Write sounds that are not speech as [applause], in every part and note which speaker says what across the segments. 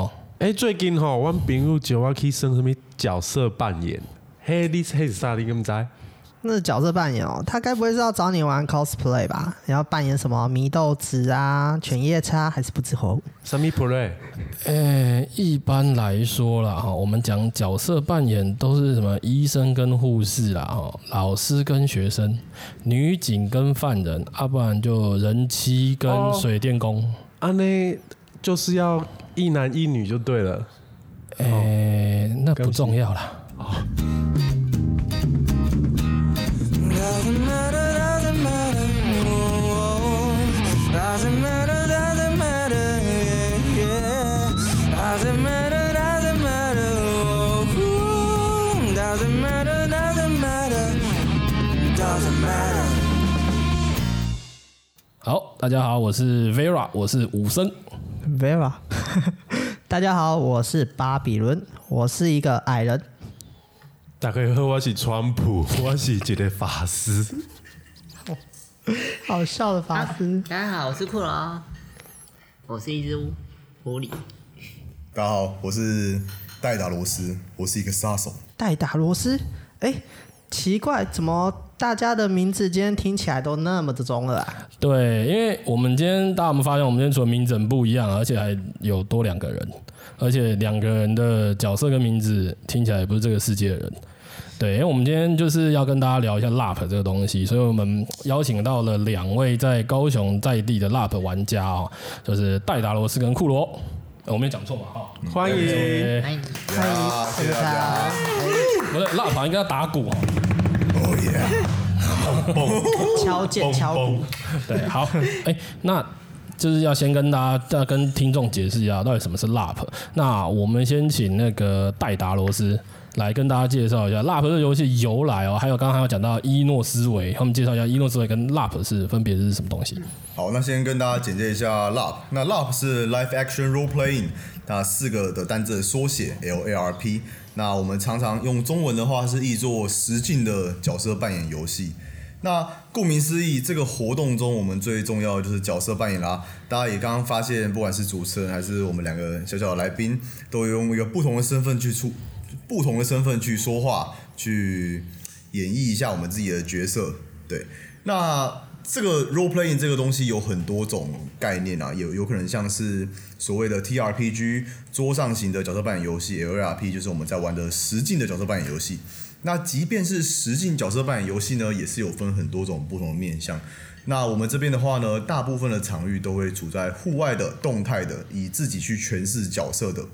Speaker 1: 哦
Speaker 2: 哎，最近吼，阮朋友叫我去算什物角色扮演，嘿，你嘿是啥？你敢知？
Speaker 3: 那个角色扮演哦，他该不会是要找你玩 cosplay 吧？你要扮演什么祢豆子啊、犬夜叉还是不知猴？
Speaker 2: 什物 play？
Speaker 1: 诶、一般来说啦，哈，我们讲角色扮演都是什么医生跟护士啦，哈，老师跟学生，女警跟犯人，啊，不然就人妻跟水电工。
Speaker 2: 安尼就是要一男一女就对了。
Speaker 1: 诶、那不重要啦。
Speaker 4: Doesn't matter, doesn't matter. Whoa. Doesn't matter, doesn't matter. Yeah, yeah. Doesn't matter, doesn't matter. Whoa. Doesn't matter, doesn't matter. Doesn't matter.
Speaker 1: 好，大家好，我是 Vera，我是武生。
Speaker 3: Vera，大家好，我是巴比伦，我是一个矮人。
Speaker 2: 大家好，我是川普， [laughs] 我是一个法师。
Speaker 3: 好笑的法师，
Speaker 5: 大家好，我是库龙，我是一只狐狸。
Speaker 6: 大家好，我是戴达罗斯，我是一个杀手。
Speaker 3: 戴达罗斯。哎、奇怪，怎么大家的名字今天听起来都那么的中二啊？
Speaker 1: 对，因为我们今天大家有没有发现，我们今天除了名字很不一样，而且还有多两个人，而且两个人的角色跟名字听起来也不是这个世界的人。对，因为我们今天就是要跟大家聊一下 LARP 这个东西，所以我们邀请到了两位在高雄在地的 LARP 玩家哦，就是戴达罗斯跟库罗，呃我没有讲错嘛哈、
Speaker 2: 欢迎，
Speaker 1: 诶
Speaker 5: 欢迎，
Speaker 6: 呀，啊谢谢大家。
Speaker 1: 不是 LARP 应该要打鼓哦。
Speaker 6: 哦耶！
Speaker 3: 敲键敲鼓，
Speaker 1: 对，好， [laughs] 哎、那就是要先跟大家、再跟听众解释一下，到底什么是 LARP。那我们先请那个戴达罗斯来跟大家介绍一下 LARP 这个游戏由来哦，还有刚刚还有讲到伊诺思维，他们介绍一下伊诺思维跟 LARP 是分别是什么东西。
Speaker 6: 好，那先跟大家简介一下 LARP。那 LARP 是 Live Action Role Playing，那四个的单字的缩写 LARP。那我们常常用中文的话是译作实境的角色扮演游戏。那顾名思义，这个活动中我们最重要的就是角色扮演啦。大家也刚刚发现，不管是主持人还是我们两个小小的来宾，都用一个不同的身份去出不同的身份去说话，去演绎一下我们自己的角色。对，那这个 role playing 这个东西有很多种概念啊，有有可能像是所谓的 TRPG 桌上型的角色扮演游戏，LRP 就是我们在玩的实境的角色扮演游戏。那即便是实境角色扮演游戏呢，也是有分很多种不同的面向。那我们这边的话呢，大部分的场域都会处在户外的、动态的，以自己去诠释角色的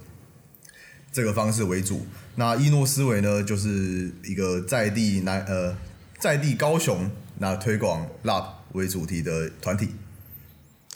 Speaker 6: 这个方式为主。那伊诺思维呢，就是一个在地南呃在地高雄那推广 LARP 为主题的团体。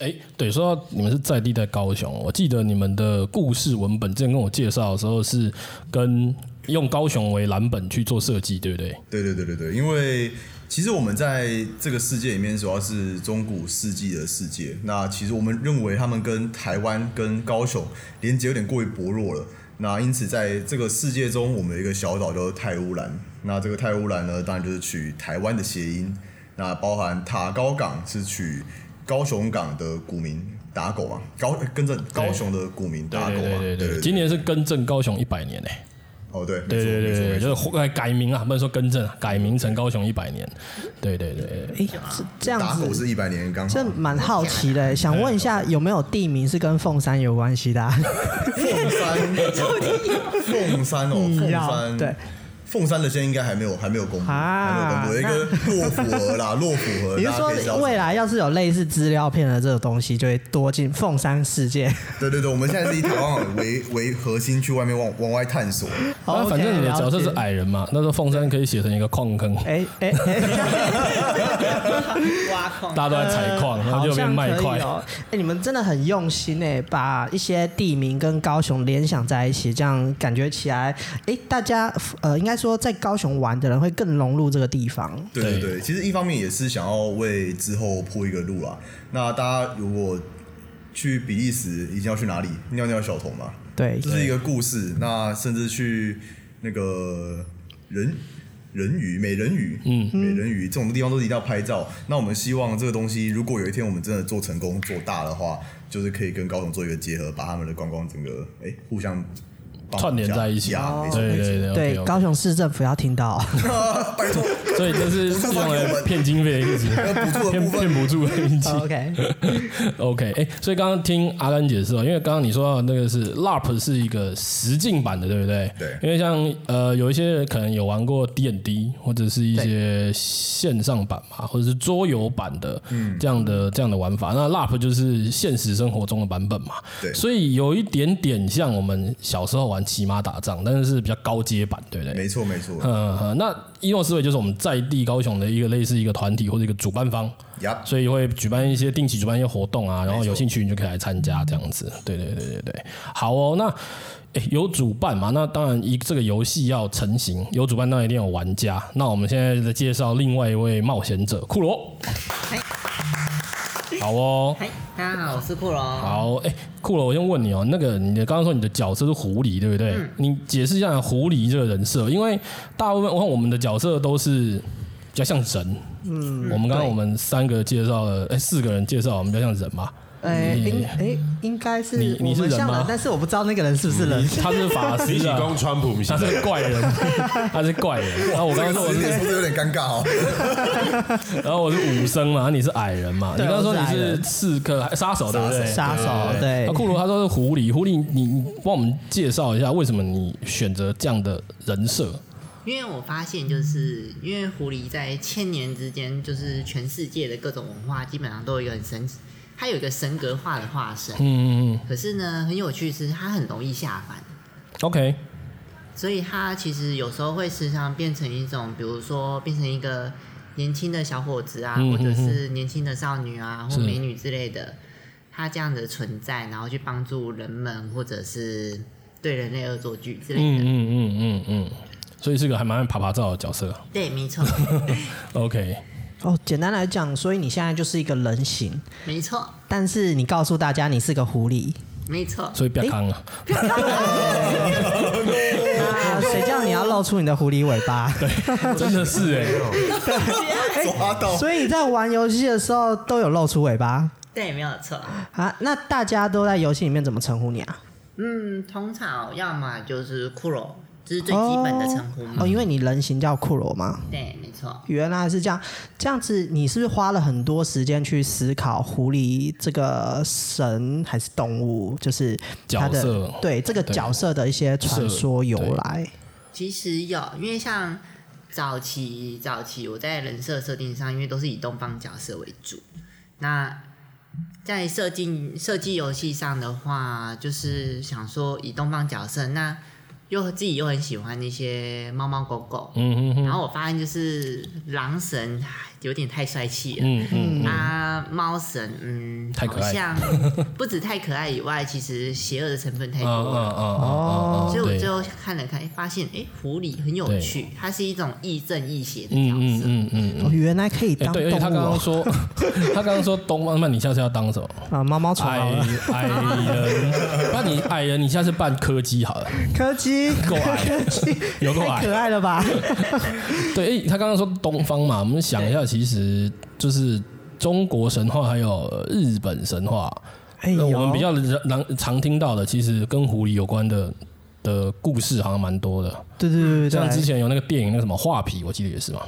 Speaker 1: 哎、对，说到你们是在地在高雄，我记得你们的故事文本之前跟我介绍的时候是跟用高雄为蓝本去做设计，对不对？
Speaker 6: 对对对对对，因为其实我们在这个世界里面，主要是中古世纪的世界。那其实我们认为他们跟台湾、跟高雄连接有点过于薄弱了。那因此，在这个世界中，我们有一个小岛叫做泰乌兰。那这个泰乌兰呢，当然就是取台湾的谐音。那包含塔高港是取高雄港的古名打狗嘛，高跟着高雄的古名打狗嘛，
Speaker 1: 对对对，今年是更正高雄一百年哎、
Speaker 6: 哦对，没
Speaker 1: 对
Speaker 6: 错
Speaker 1: 对
Speaker 6: 没错
Speaker 1: 对
Speaker 6: 没
Speaker 1: 对，就
Speaker 6: 错
Speaker 1: 是改改名啊，不能说更正啊，改名成高雄一百年。对对对对，
Speaker 3: 哎、这这
Speaker 6: 打
Speaker 3: 样
Speaker 6: 狗
Speaker 3: 子。
Speaker 6: 是一百年刚好，
Speaker 3: 这蛮好奇的，欸想问一下有没有地名是跟凤山有关系的、啊？
Speaker 6: 凤山，凤山哦，凤山
Speaker 3: 对。
Speaker 6: 凤山的现在应该还没有还没有公布，
Speaker 3: 啊
Speaker 6: 还没有公布，有一个洛府河 [laughs] 啦，洛府河，
Speaker 3: 你是
Speaker 6: 大家可以知道
Speaker 3: 说未来要是有类似资料片的这种东西，就会多进凤山世界？
Speaker 6: 对对对，我们现在是以台湾为为核心去外面往往外探索，
Speaker 1: 那 [laughs] 反正你的角色是矮人嘛，那时候凤山可以写成一个矿坑，
Speaker 3: 哎哎哎，
Speaker 5: 挖矿
Speaker 1: 大家都在采矿， [laughs] 然后就变卖
Speaker 3: 好像可
Speaker 1: 块
Speaker 3: 以。哦。哎，你们真的很用心哎，把一些地名跟高雄联想在一起，这样感觉起来，哎，大家呃，应该说在高雄玩的人会更融入这个地方。
Speaker 6: 对对
Speaker 1: 对
Speaker 6: 对，其实一方面也是想要为之后铺一个路啦。那大家如果去比利时，一定要去哪里？尿尿小童嘛，
Speaker 3: 对
Speaker 6: 这，是一个故事。那甚至去那个人人鱼、美人鱼，嗯，美人鱼这种地方都是一定要拍照。那我们希望这个东西，如果有一天我们真的做成功、做大的话，就是可以跟高雄做一个结合，把他们的观光整个哎、互相帮
Speaker 1: 串联
Speaker 6: 一下
Speaker 1: 在一起哦
Speaker 6: 呀，没错
Speaker 1: 对
Speaker 6: 没错。
Speaker 1: 对对
Speaker 3: 对，
Speaker 1: OK，OK
Speaker 3: 高雄市政府要听
Speaker 1: [laughs]
Speaker 3: 到哦，
Speaker 6: 拜托，
Speaker 1: 所以 [laughs] 这是用来骗经费的意思，
Speaker 6: 补助的部
Speaker 1: 骗骗
Speaker 6: 分
Speaker 1: 不住的意思。
Speaker 3: OK，
Speaker 1: OK，哎、所以刚刚听阿甘解释哦，因为刚刚你说到那个是 LARP 是一个实境版的，对不对？
Speaker 6: 对
Speaker 1: 因为像呃有一些人可能有玩过 D N D 或者是一些线上版嘛，或者是桌游版的
Speaker 6: 嗯
Speaker 1: 这样的、这样的玩法。那 LARP 就是现实生活中的版本嘛，
Speaker 6: 对
Speaker 1: 所以有一点点像我们小时候玩骑马打仗，但是是比较高阶版，对不对？
Speaker 6: 没错没错，
Speaker 1: 嗯，嗯那伊诺思维就是我们在地高雄的一个类似一个团体或者一个主办方，
Speaker 6: 呀，
Speaker 1: 所以会举办一些定期举办一些活动啊，然后有兴趣你就可以来参加这样子。对对对对对，好哦。那诶有主办嘛？那当然一这个游戏要成型，有主办当然一定有玩家。那我们现在来介绍另外一位冒险者库罗。好哦，
Speaker 5: 嗨，大家好，我是库龙。
Speaker 1: 好，诶，库罗，我先问你哦，那个你的刚刚说你的角色是狐狸，对不对？
Speaker 3: 嗯
Speaker 1: 你解释一下狐狸这个人设，因为大部分我看我们的角色都是比较像人。嗯，我们刚刚
Speaker 3: 对
Speaker 1: 我们三个介绍了，诶，四个人介绍我们比较像人嘛。
Speaker 3: 哎，应哎应该是
Speaker 1: 你你
Speaker 3: 我
Speaker 1: 是
Speaker 3: 们
Speaker 1: 人
Speaker 3: 像
Speaker 1: 吗
Speaker 3: 人，但是我不知道那个人是不是人。
Speaker 1: 他是法
Speaker 2: 你
Speaker 1: 师
Speaker 2: 是
Speaker 1: 啊
Speaker 2: 讲，川普，不是
Speaker 1: 他是怪
Speaker 3: [laughs]
Speaker 1: 人，他是怪人。然后我刚刚说我
Speaker 6: 有
Speaker 1: 是，
Speaker 6: 点有点尴尬哦。
Speaker 1: 然后我是武僧嘛，你是矮人嘛，你
Speaker 3: 对
Speaker 1: 刚刚说你
Speaker 3: 我是矮
Speaker 1: 是
Speaker 3: 人
Speaker 1: 刺客还杀手对不对？
Speaker 3: 杀手哎对
Speaker 1: 那，库罗他说是狐狸，狐狸你你帮我们介绍一下为什么你选择这样的人设？
Speaker 5: 因为我发现，就是因为狐狸在千年之间，就是全世界的各种文化基本上都有一个很神，它有一个神格化的化身。
Speaker 1: 嗯嗯嗯
Speaker 5: 可是呢，很有趣是它很容易下凡，
Speaker 1: ，OK，
Speaker 5: 所以它其实有时候会时常变成一种，比如说变成一个年轻的小伙子啊，
Speaker 1: 嗯
Speaker 5: 或者
Speaker 1: 嗯嗯
Speaker 5: 是年轻的少女啊，或
Speaker 1: 是
Speaker 5: 美女之类的，它这样的存在，然后去帮助人们，或者是对人类恶作剧之类
Speaker 1: 嗯
Speaker 5: 的。
Speaker 1: 嗯嗯嗯嗯，所以是个还蛮爱爬爬照的角色。
Speaker 5: 对，
Speaker 1: [laughs]
Speaker 5: 没错，
Speaker 1: OK，
Speaker 3: 哦，简单来讲，所以你现在就是一个人形，
Speaker 5: 没错，
Speaker 3: 但是你告诉大家你是个狐狸。
Speaker 5: 没错。
Speaker 1: 所以不要扛了。
Speaker 3: 啊，谁叫你要露出你的狐狸尾巴？
Speaker 1: 真的是哎、
Speaker 6: 抓到
Speaker 3: 所以在玩游戏的时候都有露出尾巴
Speaker 5: 对，没有错。
Speaker 3: 啊。那大家都在游戏里面怎么称呼你啊？
Speaker 5: 嗯，通常要么就是骷髅，这是最基本的称呼
Speaker 1: 嗯
Speaker 5: 嘛。
Speaker 3: 哦，因为你人形叫库罗嘛。
Speaker 5: 对，没错。
Speaker 3: 原来是这样，这样子你是不是花了很多时间去思考狐狸这个神还是动物，就是它的
Speaker 1: 角色
Speaker 3: 对这个角色的一些传说由来？
Speaker 5: 其实有，因为像早期早期我在人设设定上，因为都是以东方角色为主。那在设计设计游戏上的话，就是想说以东方角色，那又自己又很喜欢那些猫猫狗狗，
Speaker 1: 嗯嗯嗯
Speaker 5: 然后我发现就是狼神唉有点太帅气了，
Speaker 1: 嗯嗯，
Speaker 5: 啊，猫神，嗯，
Speaker 1: 太可爱
Speaker 5: 好像不止太可爱以外，其实邪恶的成分太
Speaker 1: 嗯
Speaker 5: 多
Speaker 1: 嗯
Speaker 5: 了。
Speaker 1: 嗯 [laughs] 哦
Speaker 5: 所以我
Speaker 1: 对
Speaker 5: 最后看了看，发现哎、诶狐狸很有
Speaker 1: 对
Speaker 5: 趣，它是一种亦正亦邪的角
Speaker 1: 嗯
Speaker 5: 色。
Speaker 1: 嗯嗯嗯。
Speaker 3: 哦，原来可以
Speaker 1: 哎、
Speaker 3: 当动
Speaker 1: 对，而
Speaker 3: 物
Speaker 1: 且他刚刚
Speaker 3: 哦
Speaker 1: 说，他刚刚说东方，那你下次要当什么？
Speaker 3: 啊，猫猫床
Speaker 1: 矮
Speaker 3: 好了
Speaker 1: 矮人，那你矮人，你下次扮柯基好了，
Speaker 3: 柯基，
Speaker 1: 够矮，有够
Speaker 3: 太
Speaker 1: 矮
Speaker 3: 可。爱了吧？
Speaker 1: 对，哎、他刚刚说东方嘛，我们想一下，其实就是中国神话还有呃日本神话，
Speaker 3: 哎
Speaker 1: 那
Speaker 3: 呦，
Speaker 1: 我们比较常常听到的，其实跟狐狸有关的的故事好像蛮多的。
Speaker 3: 对对对对
Speaker 1: 像之
Speaker 3: 对，
Speaker 1: 前有那个电影，那个什么画皮，我记得也是嘛。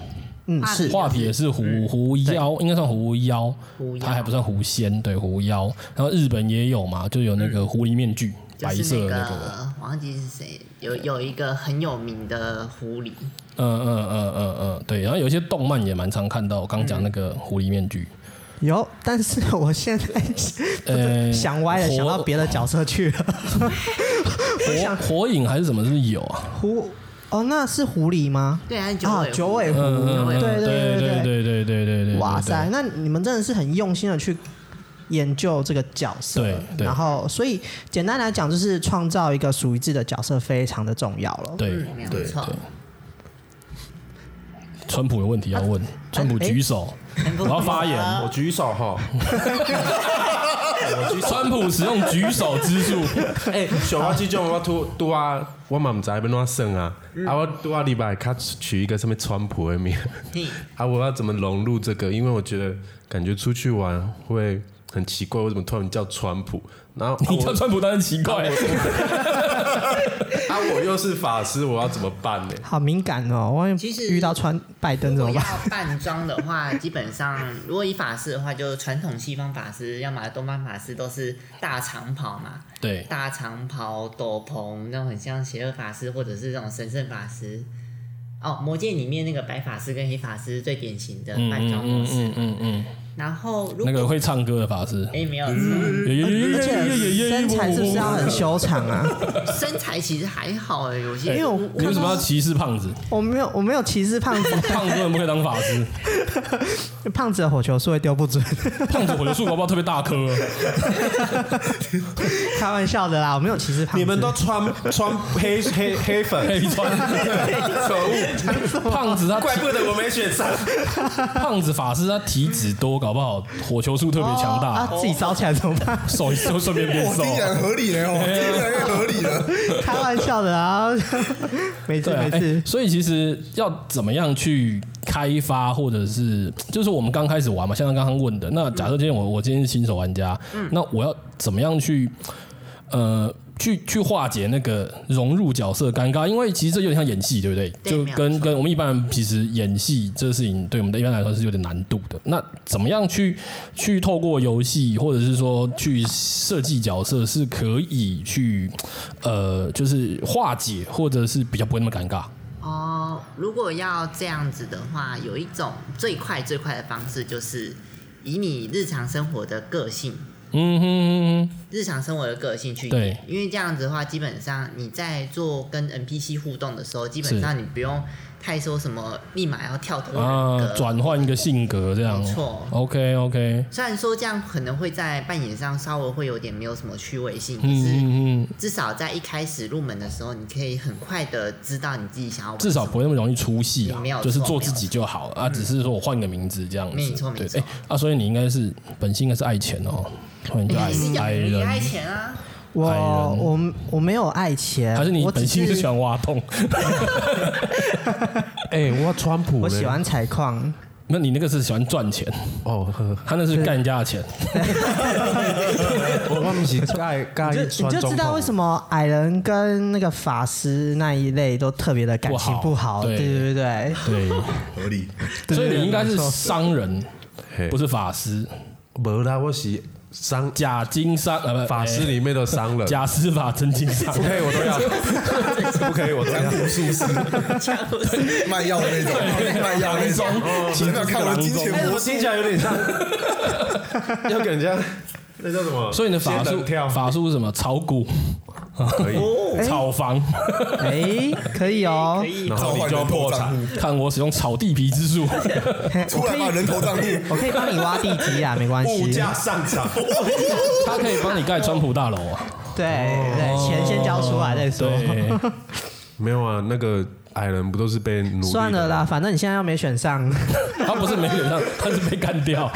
Speaker 3: 嗯是
Speaker 1: 画皮也是狐狐妖，应该算狐妖
Speaker 5: 狐，妖
Speaker 1: 它还不算狐仙，对狐妖。然后日本也有嘛，就有那个狐狸面具，白
Speaker 5: 就是
Speaker 1: 色
Speaker 5: 那
Speaker 1: 的那个。
Speaker 5: 个，我忘记是谁，有有一个很有名的狐狸，
Speaker 1: 嗯嗯嗯嗯嗯，对。然后有一些动漫也蛮常看到，我刚讲那个狐狸面具。
Speaker 3: 有，但是我现在
Speaker 1: 呃，
Speaker 3: 想歪了，
Speaker 1: 火
Speaker 3: 想到别的角色去了。
Speaker 1: 火火影还是什么？是不是有啊？
Speaker 3: 狐哦，那是狐狸吗？
Speaker 5: 对，它是九尾
Speaker 3: 啊，九尾
Speaker 5: 狐
Speaker 3: 狐，
Speaker 1: 嗯
Speaker 3: 对
Speaker 1: 嗯，
Speaker 3: 对
Speaker 1: 对
Speaker 3: 对
Speaker 1: 对对对对对。
Speaker 3: 哇
Speaker 1: 对！
Speaker 3: 塞，那你们真的是很用心的去研究这个角色，
Speaker 1: 对对
Speaker 3: 然后所以简单来讲，就是创造一个属于自己的角色非常的重要了。
Speaker 1: 对，
Speaker 5: 嗯，没有错，
Speaker 1: 川普有问题要问，川普举手，我要发言。
Speaker 2: 我举手哈，
Speaker 1: 川普使用举手之术，
Speaker 2: 哎，像我这种我突拄啊，我嘛唔知要安怎算啊，啊我拄啊礼拜卡取一个什么川普的名，
Speaker 5: 嘿
Speaker 2: [laughs] 啊我要怎么融入这个？因为我觉得感觉出去玩会很奇怪，为什么突然叫川普？然后、啊、
Speaker 1: 你
Speaker 2: 我
Speaker 1: 叫川普当然奇怪，
Speaker 2: [laughs] 啊，我又是法师，我要怎么办呢？
Speaker 3: 好敏感哦，万
Speaker 5: 其
Speaker 3: 一
Speaker 5: 实
Speaker 3: 遇到川拜登怎
Speaker 5: 如
Speaker 3: 么
Speaker 5: 果要
Speaker 3: 办？
Speaker 5: 扮装的话，基本上如果以法师的话，就是传统西方法师，要么东方法师都是大长袍嘛，
Speaker 1: 对，
Speaker 5: 大长袍、斗篷，那种很像邪恶法师或者是这种神圣法师。哦，魔戒里面那个白法师跟黑法师是最典型的扮装模
Speaker 1: 嗯
Speaker 5: 式。
Speaker 1: 嗯嗯嗯，
Speaker 5: 然后如
Speaker 1: 那个
Speaker 5: 果
Speaker 1: 会嗯唱歌的法师，
Speaker 5: 哎、没有错，
Speaker 3: 而且身材是不是要很修长啊？
Speaker 5: 身材其实还好哎、有
Speaker 3: 因
Speaker 5: 些
Speaker 3: 为我
Speaker 1: 你为
Speaker 3: 看
Speaker 1: 什么要
Speaker 3: 到
Speaker 1: 歧视胖子？
Speaker 3: 我没有我没有歧视胖子， [laughs]
Speaker 1: 胖子不可以当法师，
Speaker 3: 胖子的火球是会丢不准，
Speaker 1: 胖子火球术搞不好特别大颗。
Speaker 3: [laughs] 开玩笑的啦，我没有歧视胖
Speaker 2: [laughs]
Speaker 3: 子。
Speaker 2: 你们都穿穿黑黑黑
Speaker 1: [laughs]
Speaker 2: 粉，
Speaker 1: 黑川，
Speaker 2: 可恶！
Speaker 1: [laughs] 胖子他
Speaker 2: 怪不得我没选 [laughs] 上。
Speaker 1: 胖子法师他体脂多，搞不好火球术特别强
Speaker 3: 啊
Speaker 1: 大，，
Speaker 3: 自己招起来怎么办？ [laughs]
Speaker 1: 手一收顺便变
Speaker 6: 哇，
Speaker 1: 瘦
Speaker 6: 听。起来很合理呢哦，听起来越合理了。
Speaker 3: 开玩笑的啊， [laughs] 没事
Speaker 1: 对啊，
Speaker 3: [laughs] 没
Speaker 1: 哎
Speaker 3: 事。
Speaker 1: 所以其实要怎么样去开发，或者是就是我们刚开始玩嘛，像刚刚问的，那假设今天我我今天是新手玩家，
Speaker 5: 嗯
Speaker 1: 那我要怎么样去呃？去去化解那个融入角色尴尬，因为其实这有点像演戏，对不对？
Speaker 5: 对
Speaker 1: 就
Speaker 5: 没有
Speaker 1: 跟
Speaker 5: 错
Speaker 1: 跟我们一般人其实演戏这个事情，对我们的一般来说是有点难度的。那怎么样去去透过游戏，或者是说去设计角色，是可以去呃，就是化解，或者是比较不会那么尴尬？
Speaker 5: 哦。如果要这样子的话，有一种最快最快的方式就是以你日常生活的个性
Speaker 1: 嗯哼哼
Speaker 5: 日常生活的个性去
Speaker 1: 对
Speaker 5: 演，因为这样子的话，基本上你在做跟 NPC 互动的时候，基本上你不用太说什么立马要跳脱
Speaker 1: 哼，
Speaker 5: 人
Speaker 1: 啊
Speaker 5: 格，，
Speaker 1: 转换一个性格这样。
Speaker 5: 没错
Speaker 1: OK OK。
Speaker 5: 虽然说这样可能会在扮演上稍微会有点没有什么趣味性，可是
Speaker 1: 嗯嗯嗯，
Speaker 5: 至少在一开始入门的时候，你可以很快的知道你自己想要玩
Speaker 1: 至少
Speaker 5: 什么
Speaker 1: 不会那么容易出戏啊
Speaker 5: 没有，错
Speaker 1: 就是做自己就好啊，只是说我换个名字这样子。
Speaker 5: 没错
Speaker 1: 对
Speaker 5: 没错
Speaker 1: 哎啊，所以你应该是本性应该是爱钱哦，你就爱
Speaker 5: 你是
Speaker 1: 爱
Speaker 5: 养鱼爱
Speaker 1: 人，
Speaker 5: 钱啊，
Speaker 3: 我
Speaker 1: 爱人
Speaker 3: 我我没有爱钱，
Speaker 1: 还是你
Speaker 3: 我
Speaker 1: 本
Speaker 3: 只
Speaker 1: 性
Speaker 3: 是
Speaker 1: 是喜欢挖
Speaker 5: [laughs]
Speaker 1: 洞？
Speaker 2: 哎、我川普呢，
Speaker 3: 我喜欢采矿，
Speaker 1: 那你那个是喜欢赚钱，
Speaker 2: 哦，呵
Speaker 1: 他那是干人家的钱。
Speaker 2: [laughs] 我我不是盖盖
Speaker 3: 你就你就知道为什么矮人跟那个法师那一类都特别的感情
Speaker 1: 不
Speaker 3: 不
Speaker 1: 好
Speaker 3: 好，对
Speaker 1: 对
Speaker 3: 对对
Speaker 1: 对，
Speaker 6: [laughs] 合理， [laughs]
Speaker 3: 对，
Speaker 1: 所以你应该是
Speaker 3: 没错
Speaker 1: 商人，
Speaker 2: 嘿
Speaker 1: 不是法师。
Speaker 2: 没啦，我是 [laughs] 商
Speaker 1: 假经商啊，不
Speaker 2: 法师
Speaker 1: 哎
Speaker 2: 里面的商人，
Speaker 1: 假司法真经
Speaker 3: [laughs]
Speaker 1: 商
Speaker 2: 不。可以，我都要， [laughs] 不可以，我都要。
Speaker 6: 术士卖药的那种，卖药的那
Speaker 1: [laughs]
Speaker 6: 种。前面看我的金钱
Speaker 2: [laughs] 哎，
Speaker 6: 魔
Speaker 2: 我
Speaker 6: 术，
Speaker 2: 听起来有点 [laughs] 像，要给人家那叫什么？
Speaker 1: 所以你的法
Speaker 2: 仙
Speaker 1: 术
Speaker 2: 人跳
Speaker 1: 法术是什么？炒股、
Speaker 2: 可以，
Speaker 1: [laughs] 炒房，
Speaker 3: 哎，可以哦，
Speaker 2: 然
Speaker 6: 召
Speaker 2: 后你
Speaker 6: 唤
Speaker 2: 就要
Speaker 6: 人头
Speaker 2: 破
Speaker 6: 账
Speaker 2: 产。
Speaker 6: 户，
Speaker 1: 看我使用炒地皮之术。
Speaker 6: 出来吧，人头账户。
Speaker 3: 我可以帮你挖地基啊，没关系，对
Speaker 2: 上涨，
Speaker 1: 他可以帮你盖川普大楼啊。
Speaker 3: 对，钱先交出来再说。
Speaker 1: 对，
Speaker 2: 没有啊，那个矮人不都是被奴隶
Speaker 3: 算了
Speaker 2: 的？
Speaker 3: 啦，反正你现在又没选上。
Speaker 1: [laughs] 他不是没选上，他是被干掉。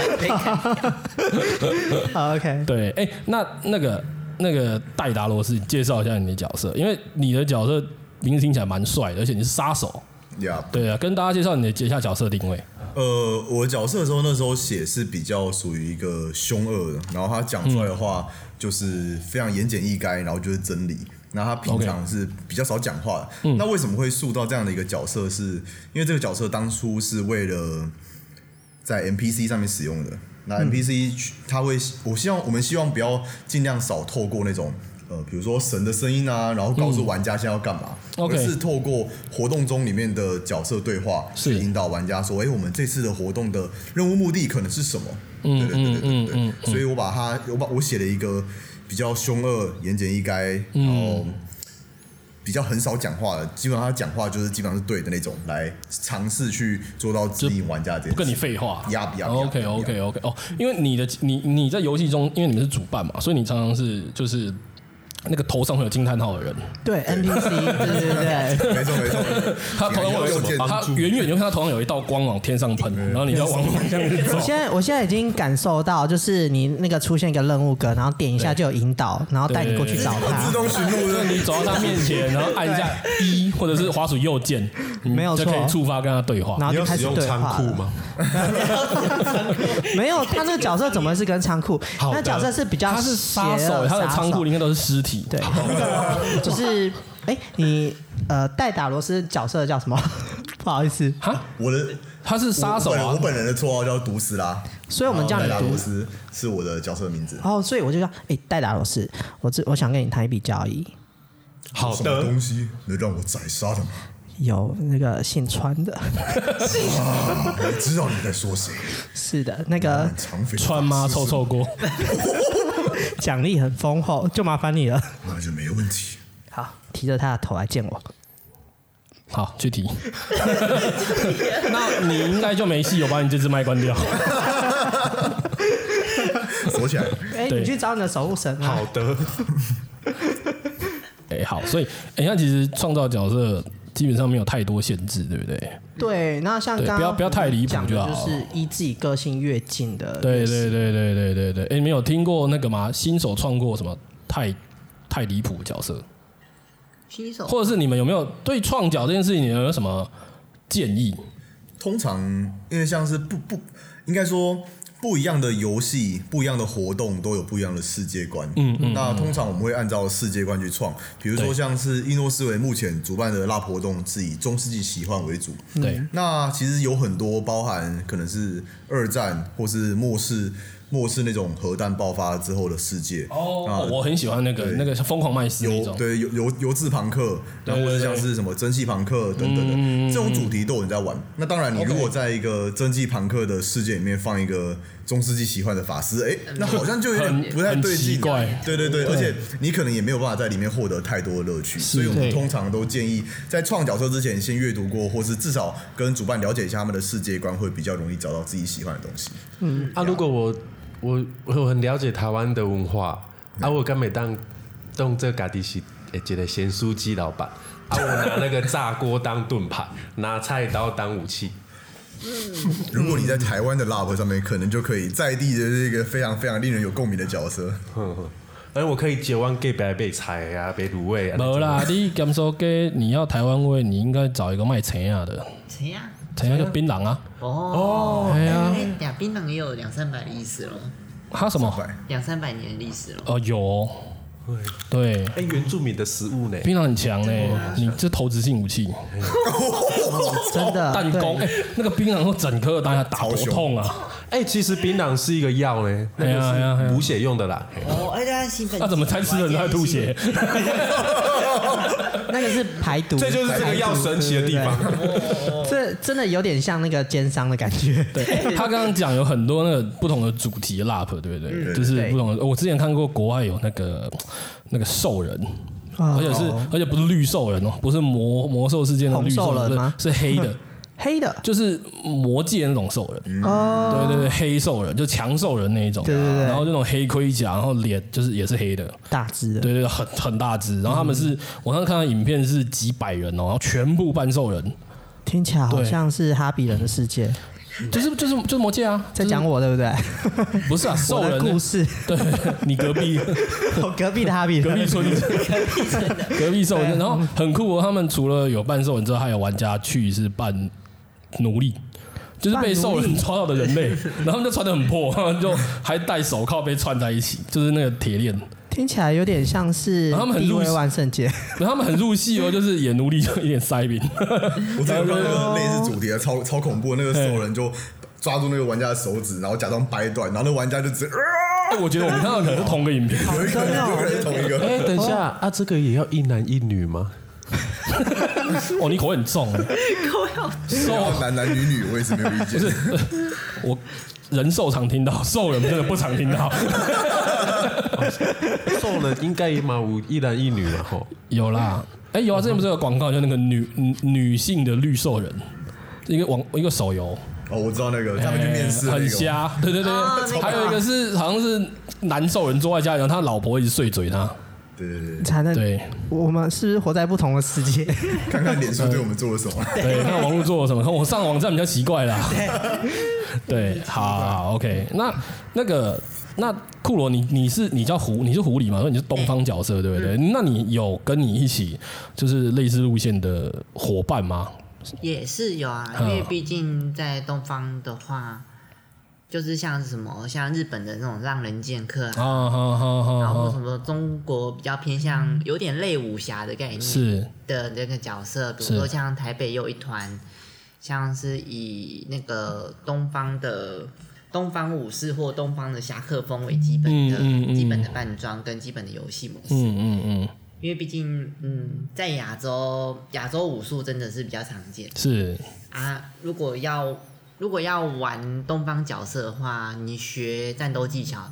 Speaker 3: 好 OK，
Speaker 1: 对，哎，那那个那个戴达罗斯，介绍一下你的角色，因为你的角色名字听起来蛮帅的，而且你是杀手。
Speaker 6: 呀，
Speaker 1: 对啊，跟大家介绍你的一下角色定位。
Speaker 6: 呃，我角色的时候那时候写是比较属于一个凶恶的，然后他讲出来的话就是非常言简意赅，然后就是真理。那他平常是比较少讲话的。那为什么会塑造这样的一个角色是？因为这个角色当初是为了在 NPC 上面使用的。那 NPC 去它会，我希望我们希望不要尽量少透过那种呃，比如说神的声音啊，然后告诉玩家现在要干嘛，
Speaker 1: OK
Speaker 6: 而是透过活动中里面的角色对话，
Speaker 1: 是
Speaker 6: 去引导玩家说，哎、我们这次的活动的任务目的可能是什么？
Speaker 1: 嗯
Speaker 6: 对对对对对对。所以我把它，我把我写了一个比较凶恶、言简意赅，
Speaker 1: 嗯
Speaker 6: 然后比较很少讲话的，基本上他讲话就是基本上是对的那种，来尝试去做到指引玩家这件
Speaker 1: 不
Speaker 6: 事。
Speaker 1: 跟你废话。
Speaker 6: 呀呀呀
Speaker 1: OK
Speaker 6: 呀
Speaker 1: OK OK 哦，因为你的你你在游戏中，因为你们是主办嘛，所以你常常是就是那个头上会有惊叹号的人，
Speaker 3: 对 NPC，对对对。
Speaker 6: 没错没错，
Speaker 1: [laughs] 他头上会有
Speaker 6: 有建
Speaker 1: 他远远就看他头上有一道光往天上喷，然后你就要往方向去走
Speaker 3: 我。现在我现在已经感受到，就是你那个出现一个任务格，然后点一下就有引导，然后带你过去找
Speaker 6: 自
Speaker 3: 他。
Speaker 6: 动寻路的，
Speaker 1: 你走到他面前，然后按一下一或者是滑鼠右键，
Speaker 3: 没有
Speaker 1: 就
Speaker 3: 错
Speaker 1: 可。以触发跟他对话。
Speaker 3: 然后
Speaker 2: 你
Speaker 3: 就
Speaker 2: 有
Speaker 3: 开
Speaker 2: 使
Speaker 3: 始
Speaker 2: 用
Speaker 3: 对
Speaker 2: 仓
Speaker 3: 话
Speaker 2: 库
Speaker 3: 了。
Speaker 2: 吗？
Speaker 3: 没有，他那个角色怎么会是跟仓库？
Speaker 1: 好的
Speaker 3: 那角色是比较
Speaker 1: 他是杀
Speaker 3: 邪
Speaker 1: 手，
Speaker 3: 恶
Speaker 1: 他的
Speaker 3: 杀
Speaker 1: 仓
Speaker 3: 手
Speaker 1: 库里面都是尸体。
Speaker 3: 对，就是哎、你呃，戴打罗斯角色叫什么？ [laughs] 不好意思，
Speaker 6: 我的
Speaker 1: 他是杀手
Speaker 6: 我本人
Speaker 1: 啊
Speaker 6: 我，本人的绰号叫毒死啦，
Speaker 3: 所以我们叫你
Speaker 6: 莱达
Speaker 3: 毒
Speaker 6: 罗。斯是我的角色名字。
Speaker 3: 哦，所以我就说，哎、戴打罗斯，我这我想跟你谈一笔交易，
Speaker 2: 好
Speaker 6: 什么
Speaker 2: 的，
Speaker 6: 东西能让我宰杀的吗？
Speaker 3: 有那个姓川的， [laughs]
Speaker 6: 啊，我知道你在说谁，
Speaker 3: 是的，那 [laughs] 个
Speaker 6: 长匪
Speaker 1: 川妈臭，臭锅，
Speaker 3: 奖励很丰厚，就麻烦你了。
Speaker 6: 那就没问题。
Speaker 3: 好，提着他的头来见我。
Speaker 1: 好去提。那你应该就没戏，我把你这只麦关掉。
Speaker 6: 锁起来，
Speaker 3: 哎、
Speaker 1: 对
Speaker 3: 你去找你的守护神啊
Speaker 2: 好。的，
Speaker 1: 哎、好，所以哎，那、其实创造角色基本上没有太多限制，对不对？
Speaker 3: 对，那像
Speaker 1: 对
Speaker 3: 刚刚
Speaker 1: 不要不要太离谱
Speaker 3: 讲
Speaker 1: 就
Speaker 3: 的
Speaker 1: 好
Speaker 3: 就是依自己个性越近的，
Speaker 1: 对对对对对对对。哎、你们有听过那个吗？新手创过什么太太离谱角色，
Speaker 5: 新手
Speaker 1: 或者是你们有没有对创角这件事情你们有什么建议？
Speaker 6: 通常因为像是不不，应该说不一样的游戏、不一样的活动都有不一样的世界观。嗯嗯。那通常我们会按照世界观去创，比如说
Speaker 1: 对
Speaker 6: 像是伊诺思维目前主办的 LAP 活动是以中世纪奇幻为主。
Speaker 1: 对，
Speaker 6: 那其实有很多包含可能是二战或是末世。末世那种核弹爆发之后的世界啊
Speaker 1: 哦，我很喜欢那个
Speaker 6: 对
Speaker 1: 那个疯狂麦斯那
Speaker 6: 油
Speaker 1: 种，
Speaker 6: 对油油油渍朋克，然后或
Speaker 1: 对对
Speaker 6: 者
Speaker 1: 嗯
Speaker 6: 像是什么蒸汽朋克等等的这种主题都有人在玩。那当然，你如果在一个蒸汽朋克的世界里面放一个中世纪奇幻的法师，哎，那好像就有
Speaker 1: 很
Speaker 6: 点不太对
Speaker 1: 很奇
Speaker 6: 劲。
Speaker 1: 怪
Speaker 6: 对对对，而且你可能也没有办法在里面获得太多的乐趣，所以我们
Speaker 3: 对
Speaker 6: 通常都建议在创角色之前先阅读过，或是至少跟主办了解一下他们的世界观，会比较容易找到自己喜欢的东西。
Speaker 2: [laughs] 啊，如果我我我很了解台湾的文化，啊，我刚每当动这家己是会一个咸酥鸡老板，啊，我拿那个炸锅当盾牌，拿菜刀当武器，
Speaker 6: 如果你在台湾的 Love 上面，可能就可以在地的这个非常非常令人有共鸣的角色。
Speaker 2: 而哎我可以绝望给别人被踩啊，被卤味啊，
Speaker 1: 没啦，你敢说给你要台湾味，你应该找一个卖陈亚的，
Speaker 5: 谁呀？
Speaker 1: 陈亚叫槟榔啊，
Speaker 5: 哦，
Speaker 1: 哎呀
Speaker 5: 哎，俩槟榔也有两三百的历史了，
Speaker 1: 他什么？
Speaker 6: 百
Speaker 5: 两三百年的历史了。
Speaker 1: 哦，有哦，对，
Speaker 2: 哎，原住民的食物呢？
Speaker 1: 槟榔很强嘞，你这投掷性武器，
Speaker 3: 真的
Speaker 1: 弹
Speaker 3: 啊对
Speaker 1: 弓，哎，那个槟榔都整颗，大家打
Speaker 6: 超
Speaker 1: 多
Speaker 6: 凶
Speaker 1: 痛啊！
Speaker 2: 哎，其实槟榔是一个药呢，那
Speaker 1: 哎呀哎呀哎
Speaker 2: 个
Speaker 1: 呀
Speaker 2: 是补血用的啦。
Speaker 5: 哦，哎，大家兴奋，
Speaker 1: 那怎么才吃人都在吐血？
Speaker 3: 那个是排毒，
Speaker 2: 这就是这个药神奇的地
Speaker 1: 哎
Speaker 2: 方
Speaker 3: 排毒。对对对这真的有点像那个奸商的感觉。对，
Speaker 1: 他刚刚讲有很多那个不同的主题 lap，对不
Speaker 3: 嗯
Speaker 1: 对？就是不同的。我之前看过国外有那个那个兽人，
Speaker 3: 啊
Speaker 1: 而且是而且不是绿兽人哦，不是魔魔兽世界的绿兽
Speaker 3: 红兽人吗
Speaker 1: 是是黑的，
Speaker 3: 黑的，
Speaker 1: 就是魔界那种兽人。
Speaker 3: 哦，
Speaker 1: 对对对，黑兽人就强兽人那一种。
Speaker 3: 对对对
Speaker 1: 然后就那种黑盔甲，然后脸就是也是黑的。
Speaker 3: 大只的，
Speaker 1: 对对对，很很大只。然后他们
Speaker 3: 嗯
Speaker 1: 是，我上次看到影片是几百人哦，然后全部半兽人，
Speaker 3: 听起来好
Speaker 1: 对
Speaker 3: 像是哈比人的世界，
Speaker 1: 就是就是就是魔界啊，
Speaker 3: 嗯在讲我对不对？
Speaker 1: 就是不是啊，
Speaker 3: 我
Speaker 1: 兽
Speaker 3: 的故 [laughs]
Speaker 1: 人。
Speaker 3: 事，
Speaker 1: 对，你隔
Speaker 3: [laughs]
Speaker 1: 壁
Speaker 3: 我哦隔壁的哈比
Speaker 1: 隔
Speaker 3: 人
Speaker 1: 壁，村，隔壁兽
Speaker 3: 啊
Speaker 1: 人，然后很酷哦。他们除了有扮兽人之后，还有玩家去是扮奴隶，就是被
Speaker 3: 扮奴
Speaker 1: 兽人
Speaker 3: 隶
Speaker 1: 抓到的人
Speaker 3: [laughs]
Speaker 1: 类，然后他们就穿的很破，他们就还戴手铐被串在一起，就是那个铁链。
Speaker 3: 听起来有点像是
Speaker 1: 哦他们很
Speaker 3: 地
Speaker 1: 入
Speaker 3: 位
Speaker 1: 世
Speaker 3: 万圣节，
Speaker 1: 然后他们很入戏哦，就是演奴隶就有点塞饼， [laughs]
Speaker 6: 我之前有看那个类似主题的，啊超超恐怖，那个兽人就抓住那个玩家的手指，然后假装掰断，然后那玩家就直接，
Speaker 3: 啊
Speaker 6: 呃
Speaker 1: 哎我觉得我们看到的可能是同个影片。
Speaker 6: 有一个
Speaker 3: 哦
Speaker 6: 有可能是同
Speaker 1: [laughs]
Speaker 6: 一个。
Speaker 2: 哎，等一下啊，这个也要一男一女吗？
Speaker 1: [laughs] 哦，你口味很
Speaker 5: [laughs]
Speaker 1: 重哎，
Speaker 6: 然
Speaker 1: 哦
Speaker 6: 后男男女女，我也是没有意见。
Speaker 1: [laughs] 我人兽常听到，兽人真的不常听到。 [laughs]
Speaker 2: 瘦了应该也蛮无一男一女了吼。
Speaker 1: 有啦，哎、有啊，之前不是有广告，就那个女女女性的绿兽人，一个网一个手游，
Speaker 6: 哦，我知道那个他们去面试
Speaker 1: 哎
Speaker 6: 的那
Speaker 1: 很
Speaker 6: 个，
Speaker 1: 瞎，对对对，
Speaker 5: 哦那个
Speaker 1: 还有一个是好像是男兽人坐在家里，然后他老婆一直碎嘴他，
Speaker 6: 对对对，
Speaker 3: 才能
Speaker 1: 对
Speaker 3: 我们是不是活在不同的世界？
Speaker 6: 看看脸书对我们做了什么。
Speaker 1: 对，看网络做了什么，看我上网站比较奇怪啦， [laughs] 对，好好，OK，那那个那库罗，你你是你叫狐，你是狐狸嘛，所以你是东方角色，对不对？那你有跟你一起就是类似路线的伙伴吗？
Speaker 5: 也是有啊，因
Speaker 1: 嗯
Speaker 5: 为毕竟在东方的话，就是像什么像日本的那种浪人剑客啊，
Speaker 1: 啊，好好
Speaker 5: 然
Speaker 1: 好
Speaker 5: 后或什
Speaker 1: 好，
Speaker 5: 么中国比较偏向有点类武侠的概念，
Speaker 1: 是
Speaker 5: 的那个角色，比
Speaker 1: 是
Speaker 5: 如说像台北有一团，像是以那个东方的东方武士或东方的侠客风为基本的、
Speaker 1: 嗯嗯嗯
Speaker 5: 基本的扮装跟基本的游戏模式，
Speaker 1: 嗯嗯嗯，
Speaker 5: 因为毕竟嗯，在亚洲亚洲武术真的是比较常见
Speaker 1: 是
Speaker 5: 啊。如果要如果要玩东方角色的话，你学战斗技巧，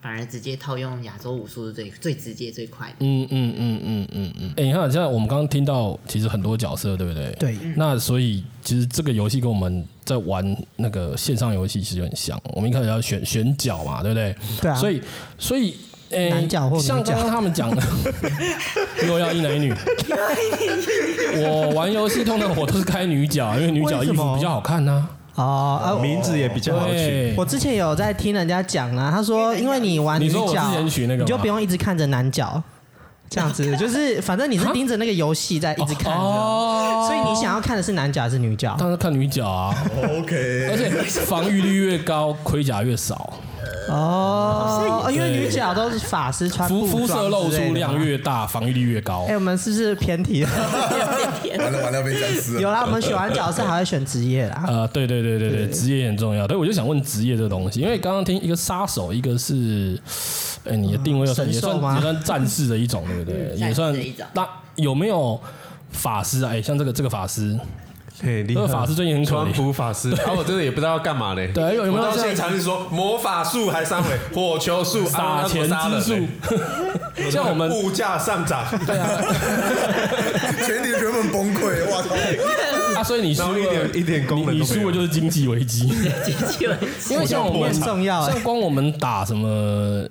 Speaker 5: 反而直接套用亚洲武术是最最直接最快的。
Speaker 1: 嗯嗯嗯嗯嗯嗯。哎、你看，像我们刚刚听到，其实很多角色，对不 [laughs] 对？。
Speaker 3: 对，
Speaker 1: 那所以，其实这个游戏跟我们在玩那个线上游戏其实有点像。我们一开始要选选角嘛，对不对？
Speaker 3: 对啊
Speaker 1: 所以，所以，诶
Speaker 3: 男角或女
Speaker 1: 像刚
Speaker 3: 角
Speaker 1: 刚他们讲的，又要一男一女。我玩游戏通常我都是开女角，因为女角
Speaker 3: 为
Speaker 1: 衣
Speaker 3: 什么
Speaker 1: 服比较好看呐、
Speaker 3: 哦，啊我
Speaker 7: 名字也比较好取。
Speaker 1: 对，
Speaker 3: 我之前有在听人家讲啦，他说因为你玩
Speaker 1: 你
Speaker 3: 女
Speaker 1: 说我
Speaker 3: 角
Speaker 1: 之前取那个吗
Speaker 3: 你就不用一直看着男角，这样
Speaker 1: [laughs]
Speaker 3: 子就是反正你是盯着那个游戏在一直看着，
Speaker 1: 啊哦，
Speaker 3: 所以你想要看的是男角还是女角？
Speaker 1: 当然看女角啊，而
Speaker 6: 哦 OK，
Speaker 3: [laughs]
Speaker 1: 且防御力越高，盔甲越少，
Speaker 3: 哦，因为
Speaker 1: 对
Speaker 3: 女角都是法师穿
Speaker 1: 肤
Speaker 3: 布
Speaker 1: 肤色
Speaker 3: 装
Speaker 1: 露
Speaker 3: 之类
Speaker 1: 出
Speaker 3: 的
Speaker 1: 量
Speaker 3: 嘛。
Speaker 1: 越大，防御力越高
Speaker 3: 哎、。我们是不是偏
Speaker 6: [laughs]
Speaker 3: 题了？
Speaker 6: 完了完了，被僵尸
Speaker 3: 有
Speaker 6: 了。
Speaker 3: 啦，我们选完角色还会选职业
Speaker 1: [laughs]
Speaker 3: 啦。
Speaker 1: 呃，对对对对对，职业很重要。对，我就想问职业这个东西，因为刚刚听一个杀手，一个是，哎，你的定位要算
Speaker 3: 神
Speaker 1: 也
Speaker 3: 兽
Speaker 1: 算
Speaker 3: 吗
Speaker 1: 也算战士的一种，对不对？
Speaker 5: 嗯
Speaker 1: 也算
Speaker 5: 战士的一种
Speaker 1: 那有没有法师啊？哎，像这个这个法师，
Speaker 2: 嘿，你
Speaker 1: 这个法师最近很可
Speaker 2: 川
Speaker 1: 怜。
Speaker 2: 普法
Speaker 1: [laughs]
Speaker 2: 师，啊，我真的也不知道要干嘛嘞。
Speaker 1: 对有有没
Speaker 2: 我
Speaker 1: 有
Speaker 2: 到
Speaker 1: 像
Speaker 2: 现场就说魔法术还三
Speaker 1: [laughs]
Speaker 2: 回，火球啊术、
Speaker 1: 撒钱之术，
Speaker 2: 欸 [laughs]
Speaker 1: [laughs] 像我们
Speaker 2: 物价上涨， [laughs]
Speaker 6: 全体全部崩溃，
Speaker 3: [laughs]
Speaker 6: 哇靠！
Speaker 1: 啊，所以你输
Speaker 2: 然后
Speaker 1: 了
Speaker 2: 一点一点功能
Speaker 1: 你你
Speaker 2: 都没
Speaker 1: 输
Speaker 2: 有
Speaker 1: 了就是经济危机。因为像我们
Speaker 3: 很重要哎
Speaker 1: 像光我们打什么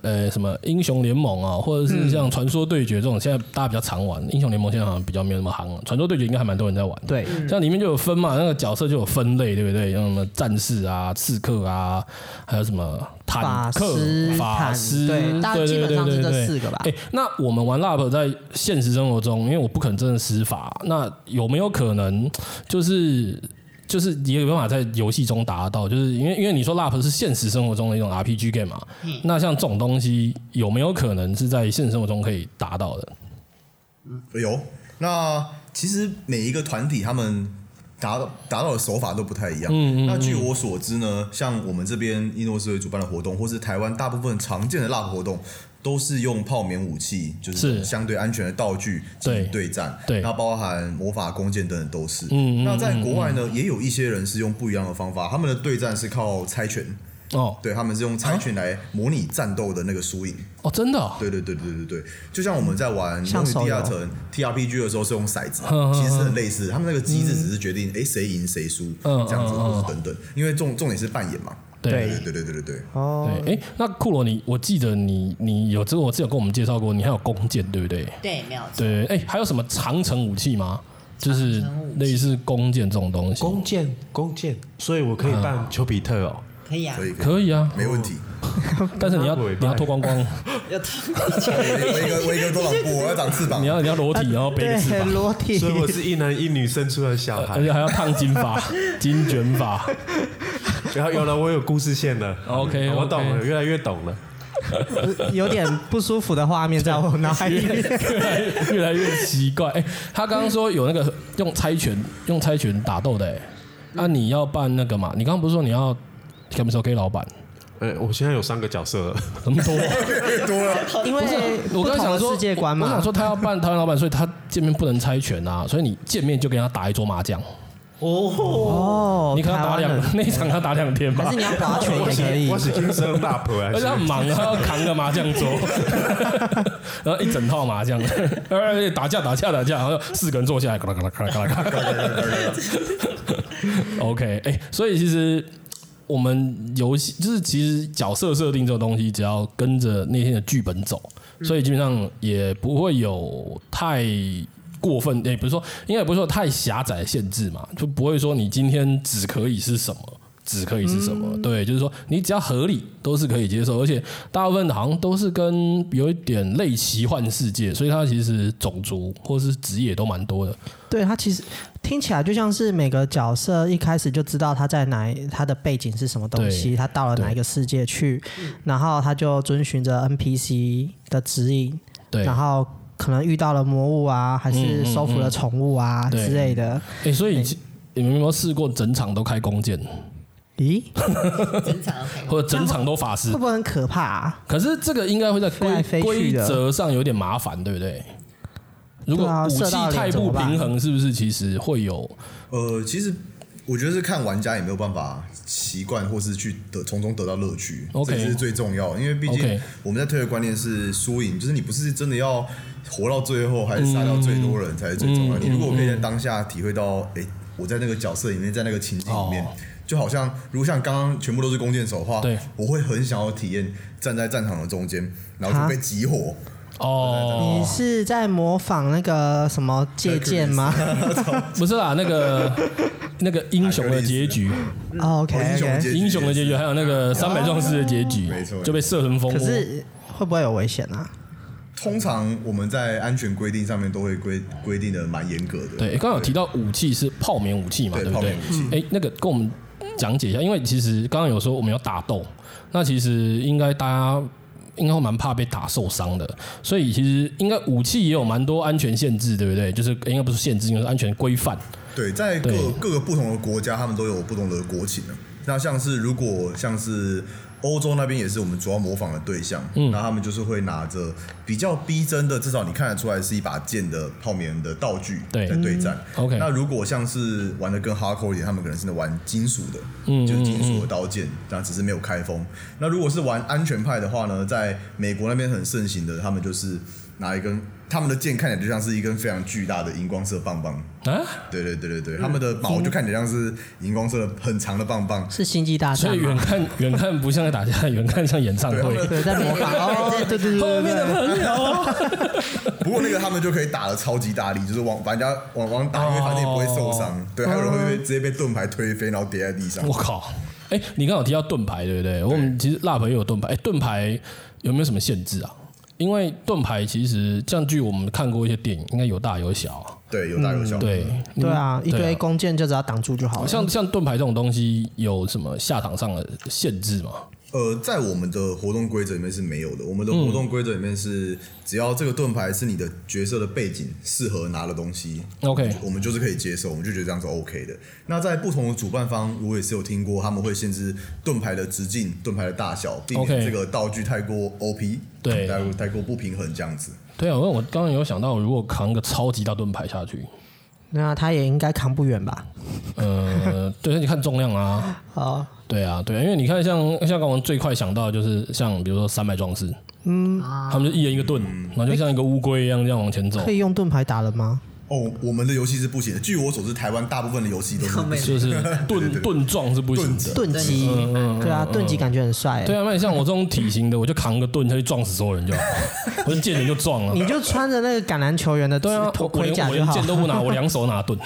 Speaker 1: 呃什么英雄联盟啊，或者是像传说对决这种，现在大家比较常玩。英雄联盟现在好像比较没有那么行、啊，传说对决应该还蛮多人在玩。
Speaker 3: 对，
Speaker 1: 像里面就有分嘛，那个角色就有分类，对不对？像什么战士啊、刺客啊，还有什么坦克
Speaker 3: 法师、
Speaker 1: 法
Speaker 3: 坦
Speaker 1: 师，
Speaker 3: 对大家基本上是
Speaker 1: 对对对
Speaker 3: 这
Speaker 1: 对
Speaker 3: 四个吧
Speaker 1: 哎，那我们玩 LARP 在现实生活中，因为我不可能真的施法，那有没有可能就是？就是也有办法在游戏中达到，就是因为因为你说 LARP 是现实生活中的一种 RPG game 嘛，那像这种东西有没有可能是在现实生活中可以达到的？
Speaker 6: 有。那其实每一个团体他们达到达到的手法都不太一样。嗯嗯那据我所知呢，像我们这边伊诺斯会主办的活动，或是台湾大部分常见的 LARP 活动。都是用泡棉武器，就是
Speaker 1: 是
Speaker 6: 相对安全的道具进
Speaker 1: 对
Speaker 6: 行对战，
Speaker 1: 对
Speaker 6: 那包含魔法弓箭等等都是。
Speaker 1: 嗯嗯
Speaker 6: 那在国外呢，也有一些人是用不一样的方法，他们的对战是靠猜拳，
Speaker 1: 哦
Speaker 6: 对，他们是用猜拳来模拟战斗的那个输赢。
Speaker 1: 哦，真的、哦，
Speaker 6: 对对对对对对，就像我们在玩《
Speaker 3: 像
Speaker 6: 梦与
Speaker 3: 手
Speaker 6: 地
Speaker 3: 游
Speaker 6: 下城》TRPG 的时候是用骰子
Speaker 1: 嗯嗯，
Speaker 6: 其实很类似。他们那个机制只是决定哎谁赢谁输
Speaker 1: 嗯
Speaker 6: 这样子，
Speaker 1: 嗯嗯
Speaker 6: 或是等等。因为重重点是扮演嘛。
Speaker 1: 对
Speaker 6: 对对对对对对，
Speaker 3: 哦，
Speaker 1: 对，哎、那库罗你，我记得你，你有这个，我之前有跟我们介绍过，你还有弓箭，对不对？
Speaker 5: 对，没有错。
Speaker 1: 对，哎、还有什么长城武器吗？就是
Speaker 5: 长城武器
Speaker 1: 类似弓箭这种东西，
Speaker 2: 弓箭，弓箭，所以我可以扮丘比特 [laughs] 哦。
Speaker 5: 可以啊，
Speaker 6: 可以可以，
Speaker 1: 可以啊，
Speaker 6: 没问题。
Speaker 1: 但是你要
Speaker 2: 尾巴
Speaker 1: 你要脱
Speaker 3: [laughs]
Speaker 1: 光光，
Speaker 5: 要听
Speaker 6: 我一个我一个多朗布，我要长翅膀
Speaker 1: 你。要你要裸体，然后背个翅
Speaker 3: 对，
Speaker 1: 膀，
Speaker 3: 裸体
Speaker 2: 所以我是一男一女生出的小
Speaker 1: 而
Speaker 2: 孩，
Speaker 1: 且还要烫金发、金卷发。 [laughs]
Speaker 2: 然后有了我有故事线了。啊
Speaker 1: OK，
Speaker 2: 我懂
Speaker 1: OK
Speaker 2: 了，越来越懂了。
Speaker 3: [laughs] 有点不舒服的画面在我脑海里面。
Speaker 1: [laughs] 越来越越来越奇怪。哎、他刚刚说有那个用猜拳用猜拳打斗的、哎，那、
Speaker 3: 嗯
Speaker 1: 你要办那个嘛？你刚刚不是说你要 c a m s o K 老板？
Speaker 2: 呃，我现在有三个角色了，
Speaker 1: 很
Speaker 3: [laughs]
Speaker 1: 多、
Speaker 3: 因
Speaker 1: 不是
Speaker 3: 为
Speaker 1: 我
Speaker 3: 不
Speaker 1: 刚
Speaker 3: 同
Speaker 1: 才想
Speaker 3: 的
Speaker 1: 说
Speaker 3: 世界观
Speaker 1: 我
Speaker 3: 嘛
Speaker 1: 想，说他要办台湾老板，所以他见面不能猜拳啊，所以你见面就跟他打一桌麻将，
Speaker 3: 哦，
Speaker 1: 你可能
Speaker 3: 台
Speaker 1: 要打
Speaker 3: 湾
Speaker 1: 两
Speaker 3: 人，
Speaker 1: 那一场要打两天吧
Speaker 3: 还是。你要划拳也可以
Speaker 2: 我。是天生大婆还
Speaker 1: [laughs] 而且
Speaker 2: 是
Speaker 1: 他？很忙，啊他要扛个麻将桌， [laughs] 然后一整套麻将，哎，打架打架打架，然后四个人坐下来，咔啦咔啦咔啦咔啦咔啦咔啦咔啦。OK，哎、所以其实我们游戏就是其实角色设定这个东西，只要跟着那天的剧本走，
Speaker 3: 嗯
Speaker 1: 所以基本上也不会有太。过分诶、不是说应该也不是说太狭窄的限制嘛，就不会说你今天只可以是什么，值可以是什么。
Speaker 3: 嗯
Speaker 1: 对，就是说你只要合理都是可以接受，而且大部分好像都是跟有一点类奇幻世界，所以它其实种族或是职业都蛮多的。
Speaker 3: 对他其实听起来就像是每个角色一开始就知道他在哪，他的背景是什么东西，
Speaker 1: 对
Speaker 3: 他到了哪
Speaker 1: 对
Speaker 3: 一个世界去，然后他就遵循着 NPC 的指引，
Speaker 1: 对，嗯
Speaker 3: 然后可能遇到了魔物啊，还是收服了宠物啊、
Speaker 1: 对
Speaker 3: 之类的。
Speaker 1: 哎、所以其你们有没有试过整场都开弓箭，
Speaker 3: 咦，
Speaker 5: 整场 OK，
Speaker 1: 或者整场都法师
Speaker 3: 会？不会很可怕、啊？
Speaker 1: 可是这个应该会在
Speaker 3: 飞来
Speaker 1: 规
Speaker 3: 飞
Speaker 1: 规
Speaker 3: 去的
Speaker 1: 则上有点麻烦，对不对？如果
Speaker 3: 对啊
Speaker 1: 武
Speaker 3: 射
Speaker 1: 器
Speaker 3: 到脸
Speaker 1: 太
Speaker 3: 怎
Speaker 1: 不
Speaker 3: 么办
Speaker 1: 平衡，是不是其实会有？
Speaker 6: 呃，其实我觉得是看玩家有没有办法习惯，或是去得从中得到乐趣
Speaker 1: OK
Speaker 6: 这是最重要的。因为毕竟
Speaker 1: OK
Speaker 6: 我们在推的观念是输赢，就是你不是真的要活到最后，还是杀掉最多人才是最重要的。
Speaker 1: 嗯
Speaker 6: 你如果可以在当下体会到，诶，我在那个角色里面，在那个情境里面。
Speaker 1: 哦
Speaker 6: 就好像，如果像刚刚全部都是弓箭手的话，
Speaker 1: 对
Speaker 6: 我会很想要体验站在战场的中间，然后就
Speaker 3: 哈
Speaker 6: 被集火，
Speaker 3: 你
Speaker 1: 哦，
Speaker 3: 是在模仿那个什么借鉴吗、
Speaker 1: 不是啦，那
Speaker 3: [laughs]
Speaker 1: 个那个英雄的结局，
Speaker 3: o
Speaker 6: 哦
Speaker 3: k
Speaker 6: 英雄
Speaker 3: OK，
Speaker 6: 结局
Speaker 1: 英雄的结局，还有那个三百壮士的结局，
Speaker 6: 没错
Speaker 1: 就被射成蜂窝
Speaker 3: 可。是会不会有危险啊？
Speaker 6: 通常我们在安全规定上面都会规规定的蛮严格的。
Speaker 1: 对，刚刚有提到武器是泡棉武器嘛，
Speaker 6: 对
Speaker 1: 对不对
Speaker 6: 泡棉武器？
Speaker 1: 哎、那个跟我们讲解一下，因为其实刚刚有说我们要打斗，那其实应该大家。应该会蛮怕被打受伤的，所以其实应该武器也有蛮多安全限制，对不对？就是应该不是限制，应该是安全规范。
Speaker 6: 对，在各
Speaker 1: 对
Speaker 6: 各个不同的国家，他们都有不同的国情啊。那像是如果像是欧洲那边也是我们主要模仿的对象，
Speaker 1: 嗯
Speaker 6: 那他们就是会拿着比较逼真的，至少你看得出来是一把剑的泡棉的道具
Speaker 1: 对
Speaker 6: 在对战。
Speaker 1: 嗯 OK
Speaker 6: 那如果像是玩的更 hardcore 一点，他们可能是玩金属的，
Speaker 1: 嗯
Speaker 6: 就是金属的刀剑，但只是没有开封。那如果是玩安全派的话呢，在美国那边很盛行的，他们就是拿一根。他们的剑看起来就像是一根非常巨大的荧光色棒棒，
Speaker 1: 啊，
Speaker 6: 对对对对对，他们的毛就看起来像是荧光色的很长的棒棒。
Speaker 3: 是星际大
Speaker 1: 所
Speaker 3: 战
Speaker 1: 以远
Speaker 3: 吗？
Speaker 1: 看远看不像在打架，远看像演唱会。
Speaker 3: 对，在模仿哦，对对对对
Speaker 6: 啊
Speaker 3: 对对，
Speaker 6: 不过那个他们就可以打的超级大力，就是往把人家往往打，因为反正也不会受伤。对，还有人会被直接被盾牌推飞，然后跌在地上
Speaker 1: [laughs] 我。靠！哎、你刚好提到盾牌，对不对？我们其实辣朋友有盾牌，哎、盾牌有没有什么限制啊？因为盾牌其实，像据我们看过一些电影，应该有大有小、啊。
Speaker 6: 对，有大有小。
Speaker 1: 对，
Speaker 3: 对啊，
Speaker 1: 嗯
Speaker 3: 一堆弓箭就只要挡住就好了。
Speaker 1: 像像盾牌这种东西，有什么下场上的限制吗？
Speaker 6: 呃，在我们的活动规则里面是没有的。我们的活动规则里面是，只要这个盾牌是你的角色的背景适合拿的东西
Speaker 1: OK
Speaker 6: 我们就是可以接受，我们就觉得这样是 OK 的。那在不同的主办方，我也是有听过，他们会限制盾牌的直径、盾牌的大小，避
Speaker 1: OK
Speaker 6: 免这个道具太过 OP，
Speaker 1: 对
Speaker 6: 太过太过不平衡这样子。
Speaker 1: 对啊，因为我刚刚有想到，如果扛个超级大盾牌下去，
Speaker 3: 那啊他也应该扛不远吧？
Speaker 1: 呃， [laughs] 对，你看重量啊，
Speaker 3: 哦，
Speaker 1: 对啊，对啊，因为你看像像刚我们最快想到的就是像比如说三百壮士，嗯，他们就一人一个盾，然后就像一个乌龟一样这样往前走
Speaker 3: 可，以用盾牌打人吗？
Speaker 6: 哦，我们的游戏是不行的。据我所知，台湾大部分的游戏都是不
Speaker 5: 后
Speaker 6: 行的
Speaker 5: 面
Speaker 1: 就是 [laughs] 盾盾撞是不行的。
Speaker 3: 盾击，对啊，盾击感觉很帅欸。
Speaker 1: 对啊，那你像我这种体型的，我就扛个盾下去撞死所有人就好了，我就见人就撞了。
Speaker 3: 你就穿着那个橄榄球员的
Speaker 1: 对啊，
Speaker 3: 头
Speaker 1: 我我
Speaker 3: 盔
Speaker 1: 连
Speaker 3: 甲
Speaker 1: 我
Speaker 3: 就
Speaker 1: 连
Speaker 3: 好
Speaker 1: 剑都
Speaker 3: [laughs]
Speaker 1: 不拿，我两手拿盾。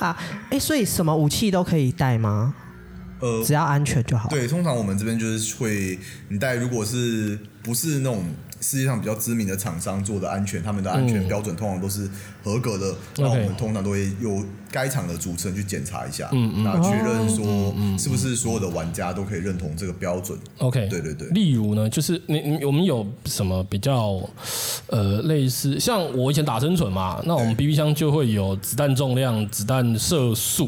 Speaker 3: 啊。哎，所以什么武器都可以带吗？
Speaker 6: 呃
Speaker 3: 只要安全就好。
Speaker 6: 对，通常我们这边就是会，你带如果是不是那种世界上比较知名的厂商做的安全，他们的安全标准通常都是合格的，那我
Speaker 1: 嗯 OK 嗯
Speaker 6: 们通常都会由该厂的主持人去检查一下，那确认
Speaker 1: 哦
Speaker 6: 说是不是所有的玩家都可以认同这个标准。
Speaker 1: OK，
Speaker 6: 对对对
Speaker 1: 例如呢，就是你你我们有什么比较呃类似，像我以前打生存嘛，那我们 BB 枪就会有子弹重量、子弹射速，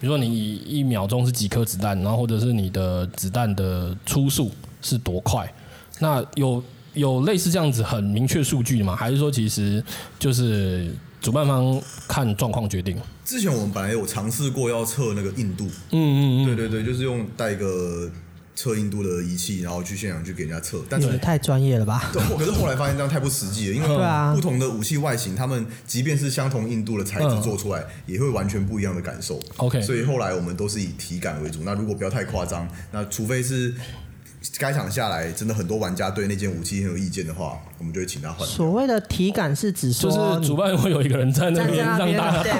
Speaker 1: 比如说你一秒钟是几颗子弹，然后或者是你的子弹的出速是多快，那有有类似这样子很明确数据吗？还是说其实就是主办方看状况决定？
Speaker 6: 之前我们本来有尝试过要测那个硬度，
Speaker 1: 嗯嗯嗯，
Speaker 6: 对对对，就是用带一个测硬度的仪器，然后去现场去给人家测，但是
Speaker 3: 也太专业了吧？
Speaker 6: 对，后可是后来发现这样太不实际了，因为
Speaker 3: 对啊
Speaker 6: 不同的武器外形，他们即便是相同硬度的材质做出来，也会完全不一样的感受。
Speaker 1: OK
Speaker 6: 所以后来我们都是以体感为主。那如果不要太夸张，那除非是。该场下来，真的很多玩家对那件武器很有意见的话，我们就会请他换。
Speaker 3: 所谓的体感是指
Speaker 1: 就
Speaker 3: 说
Speaker 1: 是主办会有一个人在那
Speaker 3: 站
Speaker 1: 边
Speaker 3: 在那
Speaker 1: 让
Speaker 3: 边
Speaker 1: 大家
Speaker 3: 对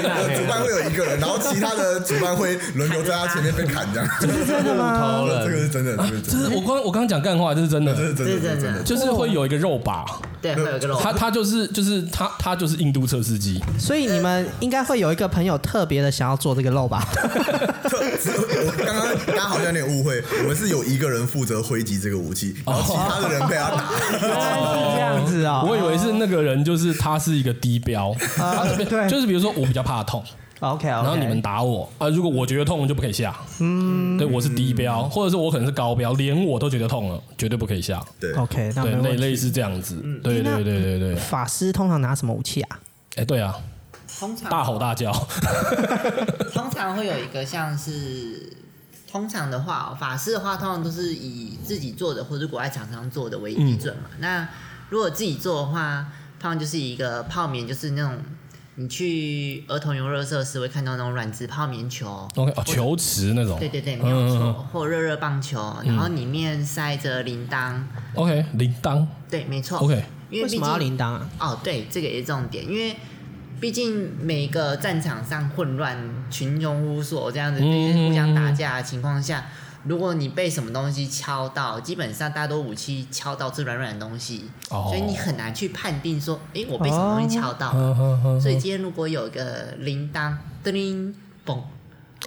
Speaker 3: 对
Speaker 1: [laughs]
Speaker 3: 对
Speaker 6: [laughs] 主办会有一个人，然后其他的主办会轮流在他前面被砍 [laughs] 这样。
Speaker 2: 木头
Speaker 6: 这个
Speaker 2: 人，
Speaker 6: 是真的，这个是真
Speaker 1: 这
Speaker 6: 的，
Speaker 1: 是我刚我刚刚讲干话，这是真的，
Speaker 6: 这是真
Speaker 5: 这
Speaker 6: 的，
Speaker 5: 是
Speaker 6: 这是
Speaker 5: 真
Speaker 6: 真的
Speaker 5: 的。，
Speaker 1: 就是会有一个肉靶，
Speaker 5: 对，会有一个漏
Speaker 1: 他他就是就是他他就是印度测试机，
Speaker 3: [laughs] 所以你们应该会有一个朋友特别的想要做这个肉 [laughs] 吧？
Speaker 6: [laughs] 我刚刚大家好像有点误会，我们是有一个人负责挥击这个武器，然后其他的人被
Speaker 1: [laughs]
Speaker 6: 他打。
Speaker 3: 是这样子哦，
Speaker 1: 我以为是那个人就是他是一个低标，他这边
Speaker 3: 对
Speaker 1: 就是比如说我比较怕痛，
Speaker 3: OK，然
Speaker 1: 然后你们打我啊，如果我觉得痛就不可以下，嗯，对我是低标，或者是我可能是高标，连我都觉得痛了，绝对不可以下，
Speaker 6: 对，啊
Speaker 3: OK，那
Speaker 1: 对
Speaker 3: 没，
Speaker 1: 类
Speaker 3: 问题。
Speaker 1: 类似这样子，
Speaker 5: 嗯
Speaker 1: 对对对对对，
Speaker 3: 法师通常拿什么武器啊？
Speaker 1: 哎对啊，
Speaker 5: 通常
Speaker 1: 大吼大叫， [laughs]
Speaker 5: 通常会有一个像是，通常的话、哦，法师的话，通常都是以自己做的或者国外厂商做的为基准
Speaker 1: 嗯
Speaker 5: 嘛。那如果自己做的话，通常就是一个泡棉，就是那种你去儿童游乐设施会看到那种软质泡棉球。
Speaker 1: OK 哦，球池那种，
Speaker 5: 对对对，
Speaker 1: 嗯
Speaker 5: 没有错，
Speaker 1: 嗯
Speaker 5: 或热热棒球，然后里面塞着铃铛，
Speaker 1: 嗯，OK 铃铛
Speaker 5: 对，没错。
Speaker 1: ，OK
Speaker 5: 因为
Speaker 3: 为什
Speaker 5: 毕竟
Speaker 3: 么要铃铛啊？
Speaker 5: 哦，对，这个也是重点，因为毕竟每个战场上混乱、群雄无首这样子，
Speaker 1: 嗯
Speaker 5: 就是互相打架的情况下，如果你被什么东西敲到，基本上大家都武器敲到是软软的东西，
Speaker 1: 哦
Speaker 5: 所以你很难去判定说，诶，我被什么东西敲到。
Speaker 1: 嗯嗯嗯
Speaker 5: 所以今天如果有一个铃铛，叮嘣，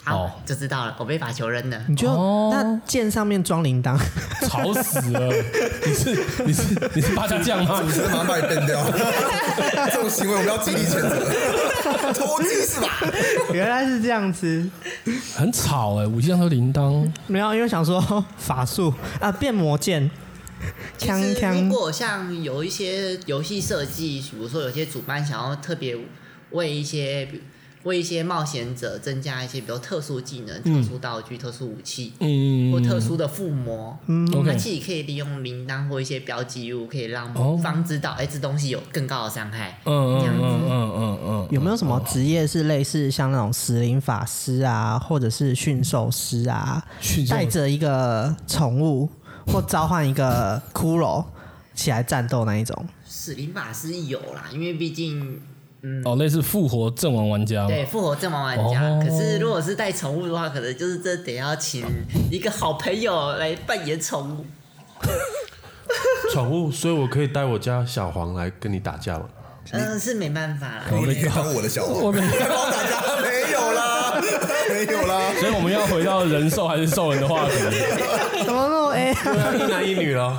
Speaker 5: 好、
Speaker 1: 哦
Speaker 5: 就知道了，我被法球扔了。
Speaker 3: 你就
Speaker 1: 哦
Speaker 3: 那剑上面装铃铛，
Speaker 1: 吵死了！ [laughs] 你是你是你是八家将吗？ [laughs]
Speaker 6: 只是马上把你变掉，这种行为我们要极力谴责。 [laughs] 偷鸡是吧？
Speaker 3: [laughs] 原来是这样子。
Speaker 1: 很吵哎、武器上有铃铛，
Speaker 3: [laughs] 没有，因为想说哦法术啊，变魔剑，
Speaker 5: 其
Speaker 3: 锵
Speaker 5: 实如
Speaker 3: 锵。
Speaker 5: 果像有一些游戏设计，比如说有些主办想要特别为一些比为一些冒险者增加一些比较特殊技能、特殊道具、特殊武器。
Speaker 1: 嗯
Speaker 5: 或特殊的附魔，它
Speaker 1: OK
Speaker 5: 其实可以利用铃铛或一些标记物，可以让
Speaker 1: 哦
Speaker 5: 魔方知道，哎、这东西有更高的伤害。
Speaker 1: 嗯嗯嗯嗯嗯嗯，
Speaker 3: 有没有什么职业是类似像那种死灵法师啊，或者是驯兽师啊，
Speaker 1: 驯兽
Speaker 3: 带着一个宠物或召唤一个骷髅起来战斗那一种？
Speaker 5: 死灵法师有啦，因为毕竟
Speaker 1: 哦，类似复活阵亡玩家，
Speaker 5: 对，复活阵亡玩家。
Speaker 1: 哦
Speaker 5: 可是如果是带宠物的话，可能就是这得要请一个好朋友来扮演宠物。
Speaker 2: 宠物，所以我可以带我家小黄来跟你打架吗？
Speaker 5: 嗯，是没办法啦。
Speaker 6: 如果你可以当我的小
Speaker 1: 我
Speaker 6: 王， [laughs]
Speaker 1: 们
Speaker 6: 帮大家没有啦，没有啦。
Speaker 1: 所以我们要回到人兽还是兽人的话题。
Speaker 3: 怎么弄？哎、 [laughs]
Speaker 2: 一男一女咯。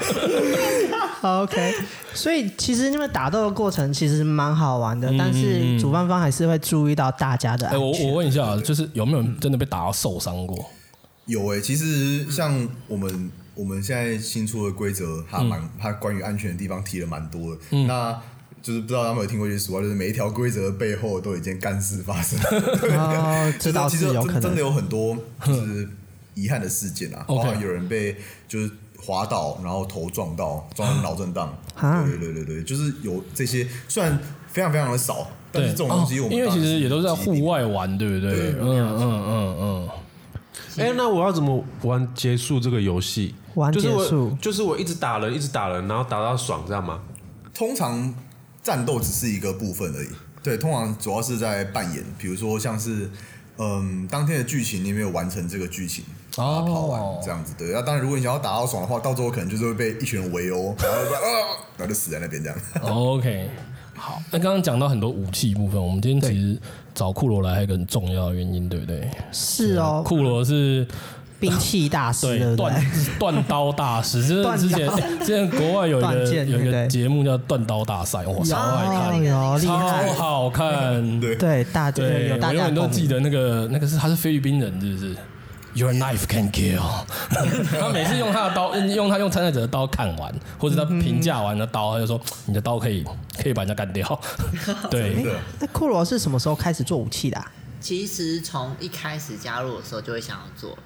Speaker 3: OK，所以其实你们打斗的过程其实蛮好玩的，但是主办方还是会注意到大家的
Speaker 1: 嗯哎、我
Speaker 3: 安全。
Speaker 1: 我问一下，就是有没有人真的被打到受伤过？
Speaker 6: 有诶、其
Speaker 1: 嗯
Speaker 6: 实像我们我们现在新出的规则，它蛮、
Speaker 1: 嗯
Speaker 6: 它关于安全的地方提了蛮多的。那就是不知道他们有听过一句俗话，就是每一条规则背后都有一件干事发生。 [laughs]
Speaker 3: 哦，这倒
Speaker 6: 其实
Speaker 3: 是有可
Speaker 6: 真真的
Speaker 3: 能。
Speaker 6: 有很多就是遗憾的事件啊，包
Speaker 1: 嗯 OK
Speaker 6: 含有人被就是滑倒，然后头撞到，撞到脑震荡。
Speaker 3: 啊
Speaker 6: 对对对对，就是有这些，虽然非常非常的少，但是这种东西我
Speaker 1: 哦
Speaker 6: 们
Speaker 1: 因为
Speaker 6: 当
Speaker 1: 其
Speaker 6: 然
Speaker 1: 实
Speaker 6: 是
Speaker 1: 也都是在
Speaker 6: 积极
Speaker 1: 户外玩，对不对？嗯嗯嗯嗯，
Speaker 2: 哎、那我要怎么玩结束这个游戏？
Speaker 3: 玩结束
Speaker 2: 就是我，就是我一直打人，一直打人，然后打到爽，这样吗？
Speaker 6: 通常战斗只是一个部分而已。对，通常主要是在扮演，比如说像是嗯当天的剧情，你有没有完成这个剧情？
Speaker 1: 哦
Speaker 6: 把它跑完这样子，对。那啊当然，如果你想要打到爽的话，到最后可能就是会被一群人围殴， [laughs] 然后就啊，然后就死在那边这样。
Speaker 1: 哦 OK，好。那刚刚讲到很多武器部分，我们今天其实找库罗来还有一个很重要的原因，对不对？
Speaker 3: 是哦，
Speaker 1: 库罗是
Speaker 3: 兵器大师，对
Speaker 1: 啊对
Speaker 3: 不对
Speaker 1: 断？断刀大
Speaker 3: [laughs]
Speaker 1: 师，就是之前 [laughs]
Speaker 3: 断
Speaker 1: 之前国外有
Speaker 3: [laughs]
Speaker 1: 一
Speaker 3: 断
Speaker 1: 个
Speaker 3: 剑
Speaker 1: 有一
Speaker 3: 对不
Speaker 1: 个
Speaker 3: 对
Speaker 1: 节目叫《断刀大赛》，我超爱
Speaker 3: 有有
Speaker 1: 看，
Speaker 3: 厉
Speaker 1: 超
Speaker 3: 害，
Speaker 1: 好看。对
Speaker 3: 对大
Speaker 1: 对，
Speaker 3: 有
Speaker 1: 我
Speaker 3: 大
Speaker 1: 永
Speaker 3: 家
Speaker 1: 远都
Speaker 3: 共鸣
Speaker 1: 记得那个那个是他是菲律宾人，是不是？Your knife can kill 。 [laughs] 他每次用他的刀，用他用参赛者的刀砍完，或者他评价完的刀，他就说你的刀可以可以把人家干掉。对，
Speaker 6: 对，
Speaker 3: 那库罗是什么时候开始做武器的啊、
Speaker 5: 其实从一开始加入的时候就会想要做，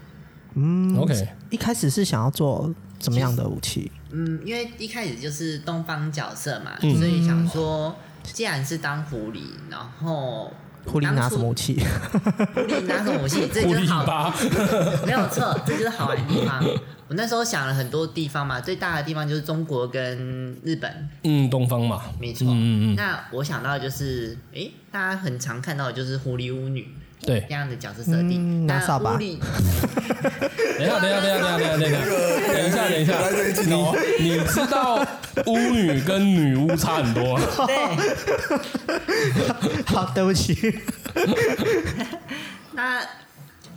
Speaker 1: OK，
Speaker 3: 一开始是想要做怎么样的武器？
Speaker 5: 嗯，因为一开始就是
Speaker 3: 嗯
Speaker 5: 东方角色嘛，所以想说，既然是当狐狸，然后
Speaker 3: 狐狸拿什么武器？
Speaker 5: 狐狸拿什么武器？这
Speaker 1: 狐
Speaker 5: 就是
Speaker 1: 狸
Speaker 5: 好
Speaker 1: 吧，
Speaker 5: [laughs] 没有错，这就是好玩的地方。我那时候想了很多地方嘛，最大的地方就是中国跟日本，
Speaker 1: 嗯，东方嘛，
Speaker 5: 没错。
Speaker 1: 嗯嗯嗯
Speaker 5: 那我想到的就是，诶，大家很常看到的就是狐狸巫女
Speaker 1: 对
Speaker 5: 这。样的角色设
Speaker 3: 嗯
Speaker 5: 定。那
Speaker 3: 拿扫把
Speaker 5: 狐狸
Speaker 1: 等一下，等一下，等一下，等一下，等一下，等一下，
Speaker 6: 来
Speaker 1: 等
Speaker 6: 这一
Speaker 1: 一
Speaker 6: 集
Speaker 1: 下，
Speaker 6: 哦
Speaker 1: 你你知道巫女跟女巫差很多，
Speaker 5: 对，
Speaker 3: [laughs] 好，对不 [laughs] 起，
Speaker 5: 那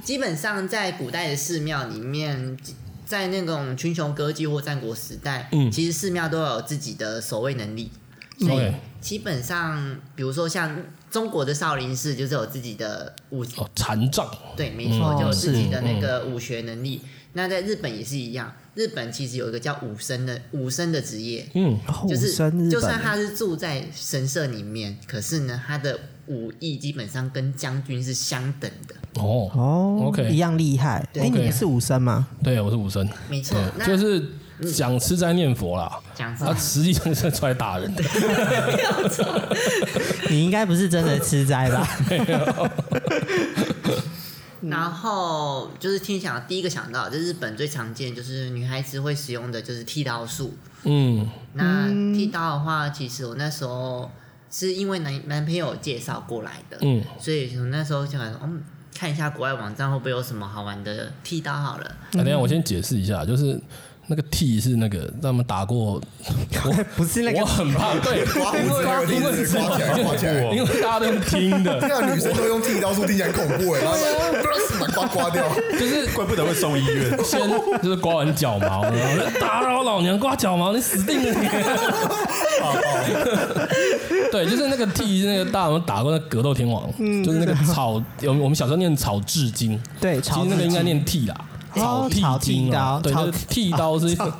Speaker 5: 基本上在古代的寺庙里面。在那种群雄割据或战国时代，
Speaker 1: 嗯
Speaker 5: 其实寺庙都有自己的守卫能力，所以
Speaker 1: OK
Speaker 5: 基本上，比如说像中国的少林寺，就是有自己的武
Speaker 1: 哦，残障，
Speaker 5: 对，没错，就有自己的
Speaker 1: 是嗯
Speaker 5: 那个武学能力。那在日本也是一样，日本其实有一个叫武僧的武僧的职业，
Speaker 1: 嗯，
Speaker 5: 就
Speaker 3: 武
Speaker 5: 是
Speaker 3: 生日
Speaker 5: 就
Speaker 3: 本
Speaker 5: 算他是住在神社里面，可是呢，他的武艺基本上跟将军是相等的。
Speaker 1: 哦，
Speaker 3: 哦
Speaker 1: OK
Speaker 3: 一样厉害。哎、
Speaker 5: OK
Speaker 3: 你是武生吗？
Speaker 1: 对，我是武僧，
Speaker 5: 没错，那
Speaker 1: 哦就是讲吃斋念佛啦，
Speaker 5: 讲什
Speaker 1: 他
Speaker 5: 么？
Speaker 1: 实际上是出来打人的，
Speaker 3: [laughs] 你应该不是真的吃斋吧？
Speaker 5: 然后就是听想第一个想到，在日本最常见就是女孩子会使用的就是剃刀术。
Speaker 1: 嗯，
Speaker 5: 那剃刀的话，其实我那时候是因为男男朋友介绍过来的，
Speaker 1: 嗯，
Speaker 5: 所以我那时候就想说，嗯，看一下国外网站会不会有什么好玩的剃刀好了。
Speaker 1: 啊等一下，我先解释一下，就是那个 T 是那个他们打过，我
Speaker 3: 不是那个
Speaker 1: 我很怕，对，
Speaker 6: 刮胡
Speaker 1: 因为因为
Speaker 6: 子那个例
Speaker 1: 你
Speaker 6: 子
Speaker 1: 知道
Speaker 6: 刮起来，刮起来。
Speaker 1: 因为大家都用听的，
Speaker 6: 这 [laughs] 样女生都用剃刀术，听起来很恐怖哎，然后把刮刮掉， [laughs]
Speaker 1: 就是
Speaker 2: 哦
Speaker 7: 怪不得会送医院。
Speaker 1: 先就是刮完脚毛，然后打扰老娘刮脚毛，你死定了
Speaker 3: [laughs]
Speaker 1: 你！哦对，就是那个 T 是那个大我们打过那格斗天王，
Speaker 3: 嗯
Speaker 1: 就是那个草，我们我们小时候念草至今，
Speaker 3: [laughs] 对
Speaker 1: 其
Speaker 3: 草
Speaker 1: 实
Speaker 3: 至
Speaker 1: 那个应该
Speaker 3: 今
Speaker 1: 念 T 啦。
Speaker 3: 哦
Speaker 1: 剃
Speaker 3: 草剃
Speaker 1: 金啊
Speaker 3: 刀
Speaker 1: 对，
Speaker 3: 草
Speaker 1: 就是剃刀是一个。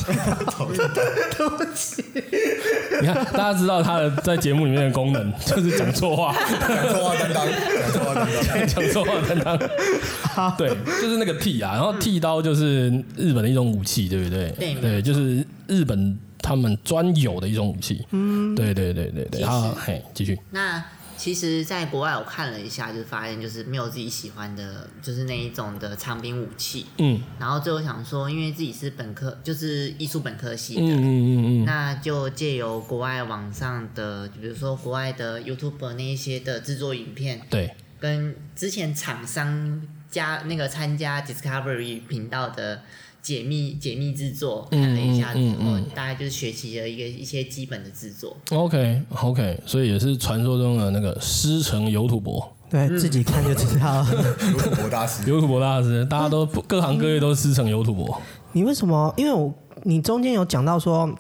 Speaker 1: [laughs] 你看，大家知道他的在节目里面的功能就是讲错话。
Speaker 6: 讲错话担当，讲错话担当。
Speaker 1: [laughs] 讲错话担当。对，就是那个剃啊，然后剃刀就是日本的一种武器，对不对？
Speaker 5: 对没
Speaker 1: 对，就是日本他们专有的一种武器。嗯，对对对对对。然后，嘿，继续。
Speaker 5: 那其实，在国外我看了一下，就发现就是没有自己喜欢的，就是那一种的长柄武器。
Speaker 1: 嗯
Speaker 5: 然后最后想说，因为自己是本科，就是艺术本科系的，
Speaker 1: 嗯嗯嗯嗯，
Speaker 5: 那就借由国外网上的，比如说国外的 YouTube 那一些的制作影片，
Speaker 1: 对，
Speaker 5: 跟之前厂商加那个参加 Discovery 频道的解密解密制作看了一下之
Speaker 1: 嗯
Speaker 5: 后，
Speaker 1: 嗯嗯
Speaker 5: 大概就是学习了一个一些基本的制作。
Speaker 1: OK OK，所以也是传说中的那个师承油土伯，
Speaker 3: 对自己看就知道了。 [laughs]
Speaker 6: 有土博大师，
Speaker 1: 油土伯大师，大家都各行各业都师承油土伯。
Speaker 3: 你为什么？因为我你中间有讲到说。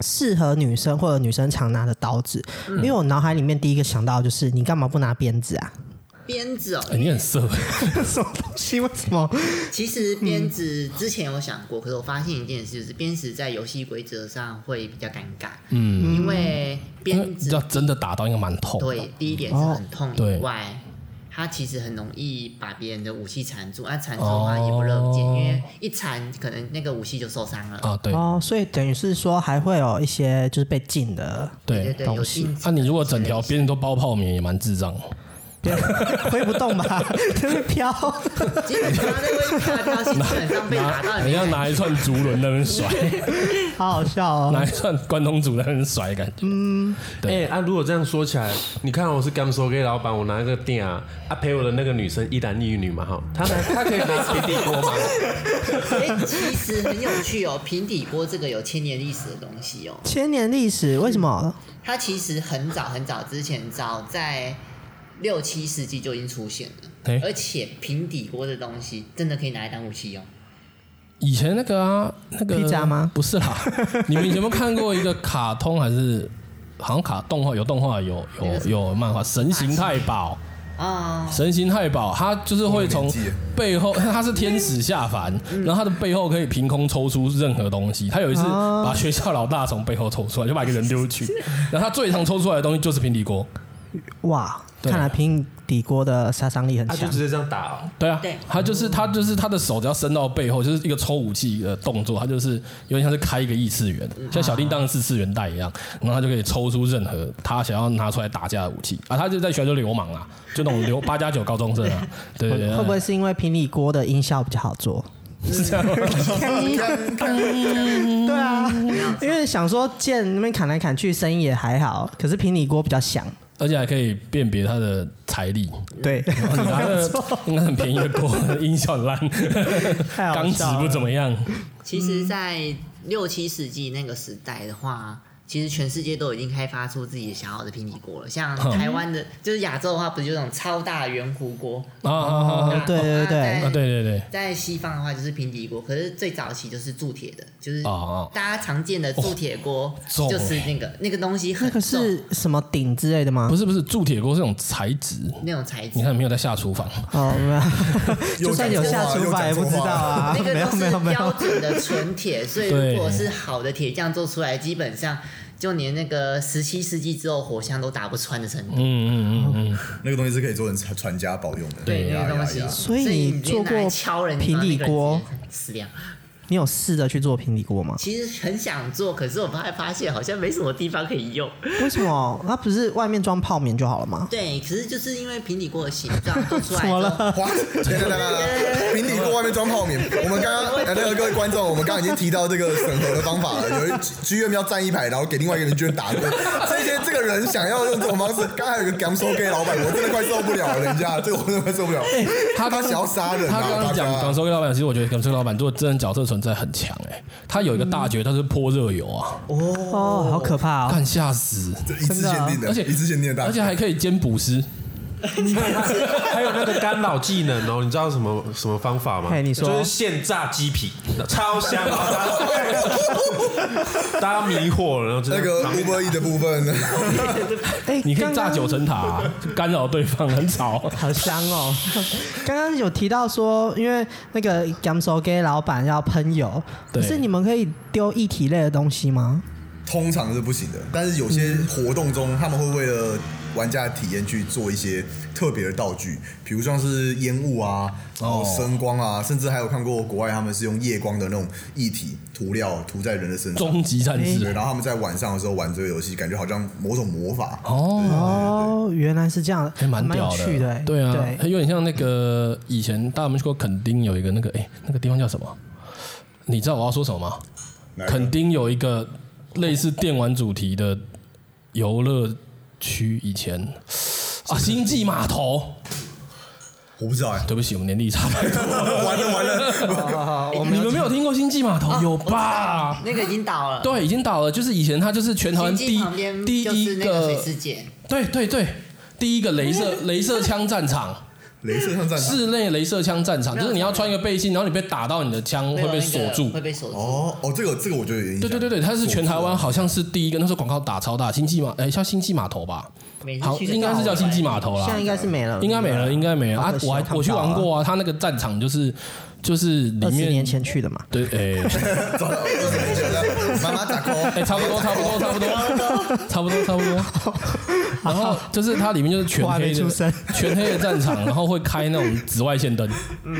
Speaker 3: 适合女生或者女生常拿的刀子，
Speaker 1: 嗯
Speaker 3: 因为我脑海里面第一个想到就是你干嘛不拿鞭子啊？
Speaker 5: 鞭子哦，
Speaker 1: 哎你很色，
Speaker 3: [laughs] 什么东西？为什么？
Speaker 5: 其实鞭子之前有想过，可是我发现一件事，就是鞭子在游戏规则上会比较尴尬，嗯，因为
Speaker 1: 因为
Speaker 5: 鞭
Speaker 1: 你知道
Speaker 5: 子
Speaker 1: 真的打到应该蛮痛。，
Speaker 5: 对第一点是很痛
Speaker 1: 对
Speaker 5: 以外。它其实很容易把别人的武器缠住，那啊缠住的话也不乐见，
Speaker 1: 哦
Speaker 5: 因为一缠可能那个武器就受伤了。
Speaker 1: 啊，对
Speaker 3: 哦，所以等于是说还会有一些就是被禁的，
Speaker 5: 对对，有
Speaker 3: 东西
Speaker 5: 禁止
Speaker 1: 啊，你如果整条别人都包泡棉，也蛮智障。
Speaker 3: 对挥不动吧，就是飘。
Speaker 5: 基本上那个飘来飘去，基本上被打到
Speaker 1: [laughs] 拿
Speaker 5: 里
Speaker 1: 你要
Speaker 5: 面。
Speaker 1: 拿一串竹轮在那边甩，
Speaker 3: 好 [laughs] 好笑哦！
Speaker 1: 拿一串关东煮在那边甩，感觉。
Speaker 2: 哎、啊，如果这样说起来，你看我是甘说给老板，我拿一个店啊，啊陪我的那个女生一男一女嘛哈，她拿
Speaker 3: [laughs]
Speaker 2: 她可以拿平底锅吗？
Speaker 5: [laughs] 哎，其实很有趣哦，平底锅这个有千年历史的东西哦，
Speaker 3: 千年历史为什么？
Speaker 5: 它其实很早很早之前，早在六七世纪就已经出现
Speaker 1: 哎
Speaker 5: 了，而且平底锅这东西真的可以拿来当武器用。
Speaker 1: 以前那个啊，那个
Speaker 3: 披萨吗
Speaker 1: 不
Speaker 3: [laughs]
Speaker 1: 是啦，你们有没有看过一个卡通还是？好像卡动画有动画有有有漫画《神行太保》，
Speaker 5: 啊，
Speaker 1: 神行太保他就是会从背后，他是天使下凡，
Speaker 3: 嗯
Speaker 1: 然后他的背后可以凭空抽出任何东西。他有一次
Speaker 3: 哦
Speaker 1: 把学校老大
Speaker 3: [laughs]
Speaker 1: 从背后抽出来，就把一个人丢去，然后他最常抽出来的东西就是平底锅。
Speaker 3: 哇，
Speaker 1: 对
Speaker 3: 看来平底锅的杀伤力很
Speaker 2: 他就
Speaker 3: 强
Speaker 2: 直。接这样打哦。
Speaker 1: 对啊，
Speaker 5: 对
Speaker 1: 他就是他就是他的手只要伸到背后，就是一个抽武器的动作，他就是有点像是开一个异次元，像小叮当的四次元带一样，然后他就可以抽出任何他想要拿出来打架的武器啊，他就在学校就流氓啊，就那种流八加九高中生啊，对对对，
Speaker 3: 会不会是因为平底锅的音效比较好
Speaker 5: [laughs]
Speaker 3: 做？
Speaker 1: 是这样？
Speaker 3: 对啊，
Speaker 5: 嗯
Speaker 3: 因为想说剑那边砍来砍去声音也还好，可是平底锅比较响。
Speaker 1: 而且还可以辨别他的财力，
Speaker 3: [laughs] 对，
Speaker 1: 他的应该很便宜的锅，音效很烂，
Speaker 3: 太好
Speaker 1: 钢质
Speaker 3: 笑了
Speaker 1: 不怎么样，
Speaker 5: 其
Speaker 3: 嗯
Speaker 5: 实，在六七世纪那个时代的话，其实全世界都已经开发出自己想要的平底锅了。像
Speaker 3: 哦
Speaker 5: 台湾的，就是亚洲的话，不是就那种超大圆弧锅？
Speaker 1: 啊啊啊啊
Speaker 5: 那
Speaker 3: 哦对对
Speaker 5: 那
Speaker 3: 对
Speaker 5: 在
Speaker 1: 啊！对对对，
Speaker 5: 在西方的话就是平底锅，可是最早期就是铸铁的，就是
Speaker 1: 哦哦
Speaker 5: 大家常见的铸铁锅，
Speaker 1: 重
Speaker 5: 就是那个那个东
Speaker 3: 欸
Speaker 5: 西
Speaker 3: 那
Speaker 5: 很
Speaker 3: 个
Speaker 5: 重，
Speaker 3: 是什么顶之类的吗
Speaker 1: 不？是不是，铸铁锅是那种材质，
Speaker 5: 那种材质
Speaker 1: 你。看没有在下厨房。
Speaker 3: 哦，没有，就算有下厨房也不知道啊。
Speaker 5: 那
Speaker 3: 没
Speaker 5: 个
Speaker 3: 有
Speaker 5: 都
Speaker 3: 没
Speaker 5: 是
Speaker 3: 有没
Speaker 5: 标
Speaker 3: 有，
Speaker 5: 准的纯铁，所以
Speaker 1: 对
Speaker 5: 如果是好的铁匠做出来，基本上就连那个十七世纪之后火枪都打不穿的程度。
Speaker 1: 嗯嗯嗯嗯，
Speaker 6: 那个东西是可以做成传传家宝用的。
Speaker 5: 对
Speaker 1: 哎
Speaker 5: 那
Speaker 6: 呀
Speaker 5: 个
Speaker 6: 呀
Speaker 5: 东西
Speaker 6: 呀，
Speaker 3: 所以
Speaker 5: 你
Speaker 3: 你做过
Speaker 5: 拿来敲人
Speaker 3: 平底锅，
Speaker 5: 你知道那个人直接死掉。
Speaker 3: 你有试着去做平底锅吗？
Speaker 5: 其实很想做，可是我后来发现好像没什么地方可以用。 [laughs]
Speaker 3: 为什么？它不是外面装泡棉就好了吗？
Speaker 5: 对，可是就是因为平底锅的形状做出
Speaker 3: 怎
Speaker 5: 来之
Speaker 3: 么
Speaker 5: 后，
Speaker 3: 了？
Speaker 6: 哇！天哪！平底锅外面装泡面。我们刚刚，哎那个各位观众，我们刚刚已经提到这个审核的方法了。有一剧院要站一排，然后给另外一个人居然打过。这些这个人想要用这种方式，刚才有个 gam so gay 老板，我真的快受不了了，人家这个我真的快受不了。
Speaker 1: [laughs] 他
Speaker 6: 他想要杀人
Speaker 1: [laughs]
Speaker 6: 啊！
Speaker 1: 他刚刚讲港
Speaker 6: 大家
Speaker 1: 收老板，其实我觉得港收老板做真人角色存在很强哎、他有一个大绝，他是泼热油啊，
Speaker 6: 嗯
Speaker 3: 哦，好可怕哦！
Speaker 1: 干吓死，
Speaker 6: 这一次限定 [laughs] 的，
Speaker 1: 而且
Speaker 6: 啊一次限定的大，
Speaker 1: 而且还可以兼捕尸，
Speaker 2: 还有那个干扰技能哦，你知道什么什么方法吗？
Speaker 3: 嘿你说
Speaker 2: 就是现炸鸡皮，超香，啊然后大家大家迷惑了，然后就在
Speaker 6: [laughs] 那个
Speaker 2: 旁
Speaker 6: u
Speaker 2: 边
Speaker 6: b e 的部分，
Speaker 3: 哎，
Speaker 1: 你可以炸
Speaker 3: 刚刚
Speaker 1: 九层塔、啊，就干扰对方，很吵。
Speaker 3: 好香哦！ [laughs] 刚刚有提到说，因为那个 Gamso g a 老板要喷油，可
Speaker 1: 对
Speaker 3: 是你们可以丢一体类的东西吗？
Speaker 6: 通常是不行的。但是有些
Speaker 1: 嗯
Speaker 6: 活动中，他们会为了玩家的体验去做一些特别的道具，比如像是烟雾啊，然后
Speaker 1: 哦
Speaker 6: 声光啊，甚至还有看过国外他们是用夜光的那种液体涂料涂在人的身上。
Speaker 1: 终极战
Speaker 3: 哎
Speaker 6: 对，
Speaker 1: 士
Speaker 6: 然后他们在晚上的时候玩这个游戏，感觉好像某种魔法。
Speaker 1: 哦，
Speaker 3: 哦，原来是这样，
Speaker 1: 还蛮
Speaker 3: 有
Speaker 1: 屌
Speaker 3: 趣的欸。
Speaker 1: 对啊，
Speaker 3: 对，
Speaker 1: 还有点像那个以前大家有没有去过垦丁有一个那个哎、那个地方叫什么？你知道我要说什么吗？
Speaker 6: 哪一个
Speaker 1: 垦丁有一个类似电玩主题的游乐区，以前啊，星际码头。
Speaker 6: 我不知道
Speaker 1: [laughs]
Speaker 6: 哎、
Speaker 1: 对不起，我们年龄差太多。
Speaker 6: 完了完了，
Speaker 1: 你们没有听过星际码
Speaker 5: 哦
Speaker 1: 头？有吧？
Speaker 5: 那个已经
Speaker 1: [laughs]
Speaker 5: 倒了。
Speaker 1: 对，已经倒了。就是以前它就是全台湾
Speaker 5: 平
Speaker 1: 第
Speaker 5: 基
Speaker 1: 一
Speaker 5: 旁边
Speaker 1: 第
Speaker 5: 就是
Speaker 1: 一
Speaker 5: 那个水
Speaker 1: 个，
Speaker 5: 世界，
Speaker 1: 对对对，第一个镭射镭射枪战场，
Speaker 6: 镭射上战场
Speaker 1: 室内镭射枪战场，就是你要穿一个背心，然后你被打到，你的枪
Speaker 5: 没有
Speaker 1: 会被
Speaker 5: 那
Speaker 1: 锁
Speaker 5: 个
Speaker 1: 住
Speaker 5: 会。被锁住。
Speaker 6: 哦哦，这个这个我觉得有影响。
Speaker 1: 对对对对，它是全台
Speaker 6: [laughs]
Speaker 1: 湾好像是第一个，那时候广告打超大，星际码哎叫星际码头吧，
Speaker 5: 每次
Speaker 1: 好
Speaker 5: 去都
Speaker 1: 应该是叫星际码头啦
Speaker 3: 现。在应该是没了，
Speaker 1: 啊应该没了，应该没了
Speaker 3: 好
Speaker 1: 啊
Speaker 3: 可！惜
Speaker 1: 我还
Speaker 3: 看不
Speaker 1: 我去
Speaker 3: 到
Speaker 1: 玩
Speaker 3: 啊
Speaker 1: 过啊，他那个战场就是就是里
Speaker 3: 二十年
Speaker 1: 面
Speaker 3: 前去的嘛。
Speaker 1: 对哎。 [laughs]
Speaker 6: 妈妈打 call，
Speaker 1: 哎、差不多，差不多，差不多，
Speaker 6: [laughs]
Speaker 1: [laughs] 差不多，差不多。然后就是它里面就是全
Speaker 3: 我还
Speaker 1: 黑
Speaker 3: 没出
Speaker 1: 的
Speaker 3: 生，
Speaker 1: 全黑的战场，然后会开那种紫外线灯，
Speaker 3: 嗯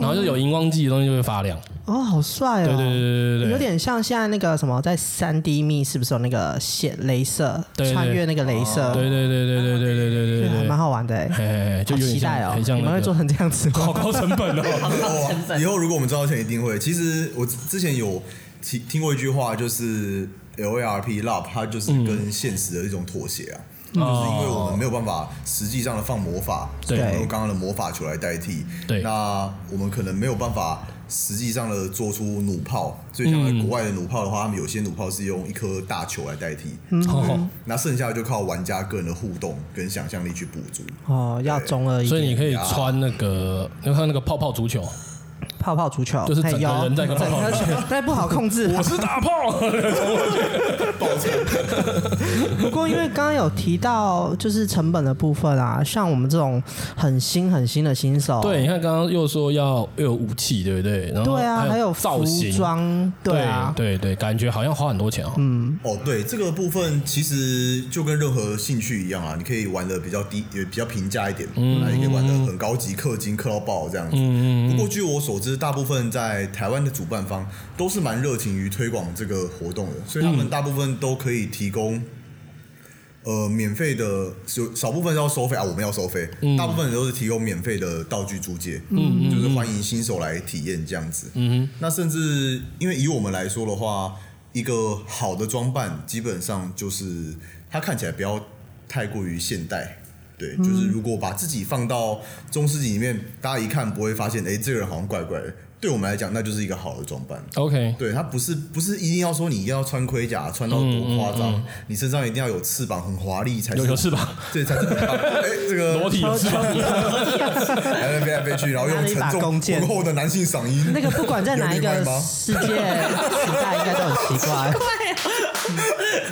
Speaker 1: 然后就有荧光剂的东西就会发亮。
Speaker 3: 哦，好帅哦！
Speaker 1: 对对对对对对
Speaker 3: 有点像现在那个什么，在三 D 密是不是有那个线镭射
Speaker 1: 对对
Speaker 3: 穿越那个镭射？
Speaker 1: 对对对对对对对对对
Speaker 3: 对还
Speaker 1: 对
Speaker 3: 蛮好玩的欸，
Speaker 1: 哎哎，哎就
Speaker 3: 好
Speaker 1: 有点
Speaker 3: 期待
Speaker 1: 像，
Speaker 3: 哦！
Speaker 1: 很像
Speaker 3: 你们
Speaker 1: 那
Speaker 3: 会做
Speaker 1: 个
Speaker 3: 成这样子
Speaker 1: [laughs]
Speaker 3: 吗？
Speaker 1: 好高成本哦。
Speaker 6: 哦，以后如果我们赚到钱，一定会。其实我之之前有听听过一句话，就是 L A R P Love，它就是跟现实的一种妥协啊。
Speaker 1: 嗯
Speaker 6: 就是因为我们没有办法实际上的放魔法，
Speaker 1: 对
Speaker 6: 然后用刚刚的魔法球来代替，
Speaker 1: 对
Speaker 6: 那我们可能没有办法实际上的做出弩炮，所以像在国外的弩炮的话，他们有些弩炮是用一颗大球来代替，
Speaker 3: 嗯
Speaker 1: 哦
Speaker 6: 那剩下就靠玩家个人的互动跟想象力去补足。
Speaker 3: 哦，要中二一点，
Speaker 1: 所以你可以穿那个，你有看那个泡泡足球，
Speaker 3: 泡泡足球，
Speaker 1: 就是
Speaker 3: 嘿
Speaker 1: 整个
Speaker 3: 有
Speaker 1: 人在一个泡
Speaker 3: 整
Speaker 1: 泡
Speaker 3: 个
Speaker 1: 里
Speaker 3: 球，但不好控制。
Speaker 1: [laughs] 我是大炮，
Speaker 3: 不过因为刚刚有提到就是成本的部分啊，像我们这种很新很新的新手，
Speaker 1: 对，你看刚刚又说要又有武器，对不对？然后
Speaker 3: 对啊，还有
Speaker 1: 造
Speaker 3: 服
Speaker 1: 型，
Speaker 3: 装，对啊，嗯
Speaker 1: 对对，感觉好像花很多钱哦。
Speaker 6: 哦，对，这个部分其实就跟任何兴趣一样啊，你可以玩的比较低，也比较平价一点，那也可以玩的很高级，氪金氪到爆这样子。不过据我所知，大部分在台湾的主办方都是蛮热情于推广这个活动的，所以他们大部分都可以提供。呃，免费的有少部分要收费啊，我们要收费，大部分人都是提供免费的道具租借，嗯，就是欢迎新手来体验这样子，嗯，那甚至因为以我们来说的话，一个好的装扮基本上就是它看起来不要太过于现代。对，就是如果把自己放到中世纪里面，大家一看不会发现，哎、这个人好像怪怪的。对我们来讲，那就是一个好的装扮。
Speaker 1: OK，
Speaker 6: 对，它不是不是一定要说你一定要穿盔甲，穿到多夸张，你身上一定要有翅膀，很华丽才
Speaker 1: 嗯
Speaker 6: 是
Speaker 1: 有有翅膀，
Speaker 6: 对，才是很棒。哎，这个
Speaker 1: 裸体有翅膀，
Speaker 6: [laughs] 来来飞来飞去，然后用
Speaker 3: 拿了一把
Speaker 6: 沉重
Speaker 3: 弓箭
Speaker 6: 浑厚的男性嗓音，
Speaker 3: 那个不管在哪一
Speaker 6: [laughs] 有
Speaker 3: 个
Speaker 6: 明白吗
Speaker 3: 世界时代，应该都很奇怪。
Speaker 5: [laughs]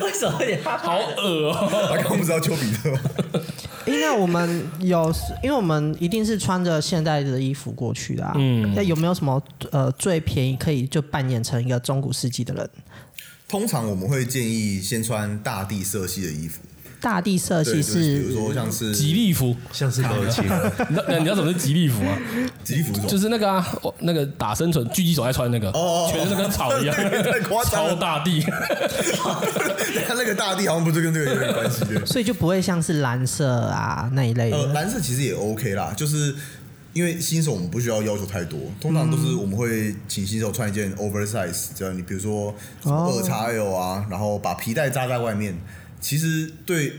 Speaker 5: 为什么有点怕怕
Speaker 1: [laughs] 好恶哦。
Speaker 6: 他刚刚不知道丘比特吗， [laughs]
Speaker 3: 因为我们有，因为我们一定是穿着现代的衣服过去的啊。嗯，那有没有什么呃最便宜可以就扮演成一个中古世纪的人？
Speaker 6: 通常我们会建议先穿大地色系的衣服，
Speaker 3: 大地色
Speaker 6: 对，
Speaker 3: 系
Speaker 6: 就是比如
Speaker 3: 是
Speaker 6: 说像是啊
Speaker 1: 吉利服，
Speaker 2: 像是没有钱，
Speaker 1: 那那你知道什么是吉利服
Speaker 6: [laughs]
Speaker 1: 吗？
Speaker 6: 吉利服装，
Speaker 1: 就是那个啊，哦那个打生存狙击手在穿那个，
Speaker 6: 哦哦
Speaker 1: 全身跟草
Speaker 6: [laughs]
Speaker 1: 一样，
Speaker 6: 太夸张
Speaker 1: 超
Speaker 6: 了，
Speaker 1: 大地。 [laughs]
Speaker 6: 他 [laughs] 那个大地好像不是跟这个有点关系的。
Speaker 3: 所以就不会像是蓝色啊那一类的。
Speaker 6: 呃，蓝色其实也 OK 啦，就是因为新手我们不需要要求太多，通常都是我们会请新手穿一件 oversize，这样你比如说什么
Speaker 3: 哦
Speaker 6: 二叉 L 啊，然后把皮带扎在外面，其实对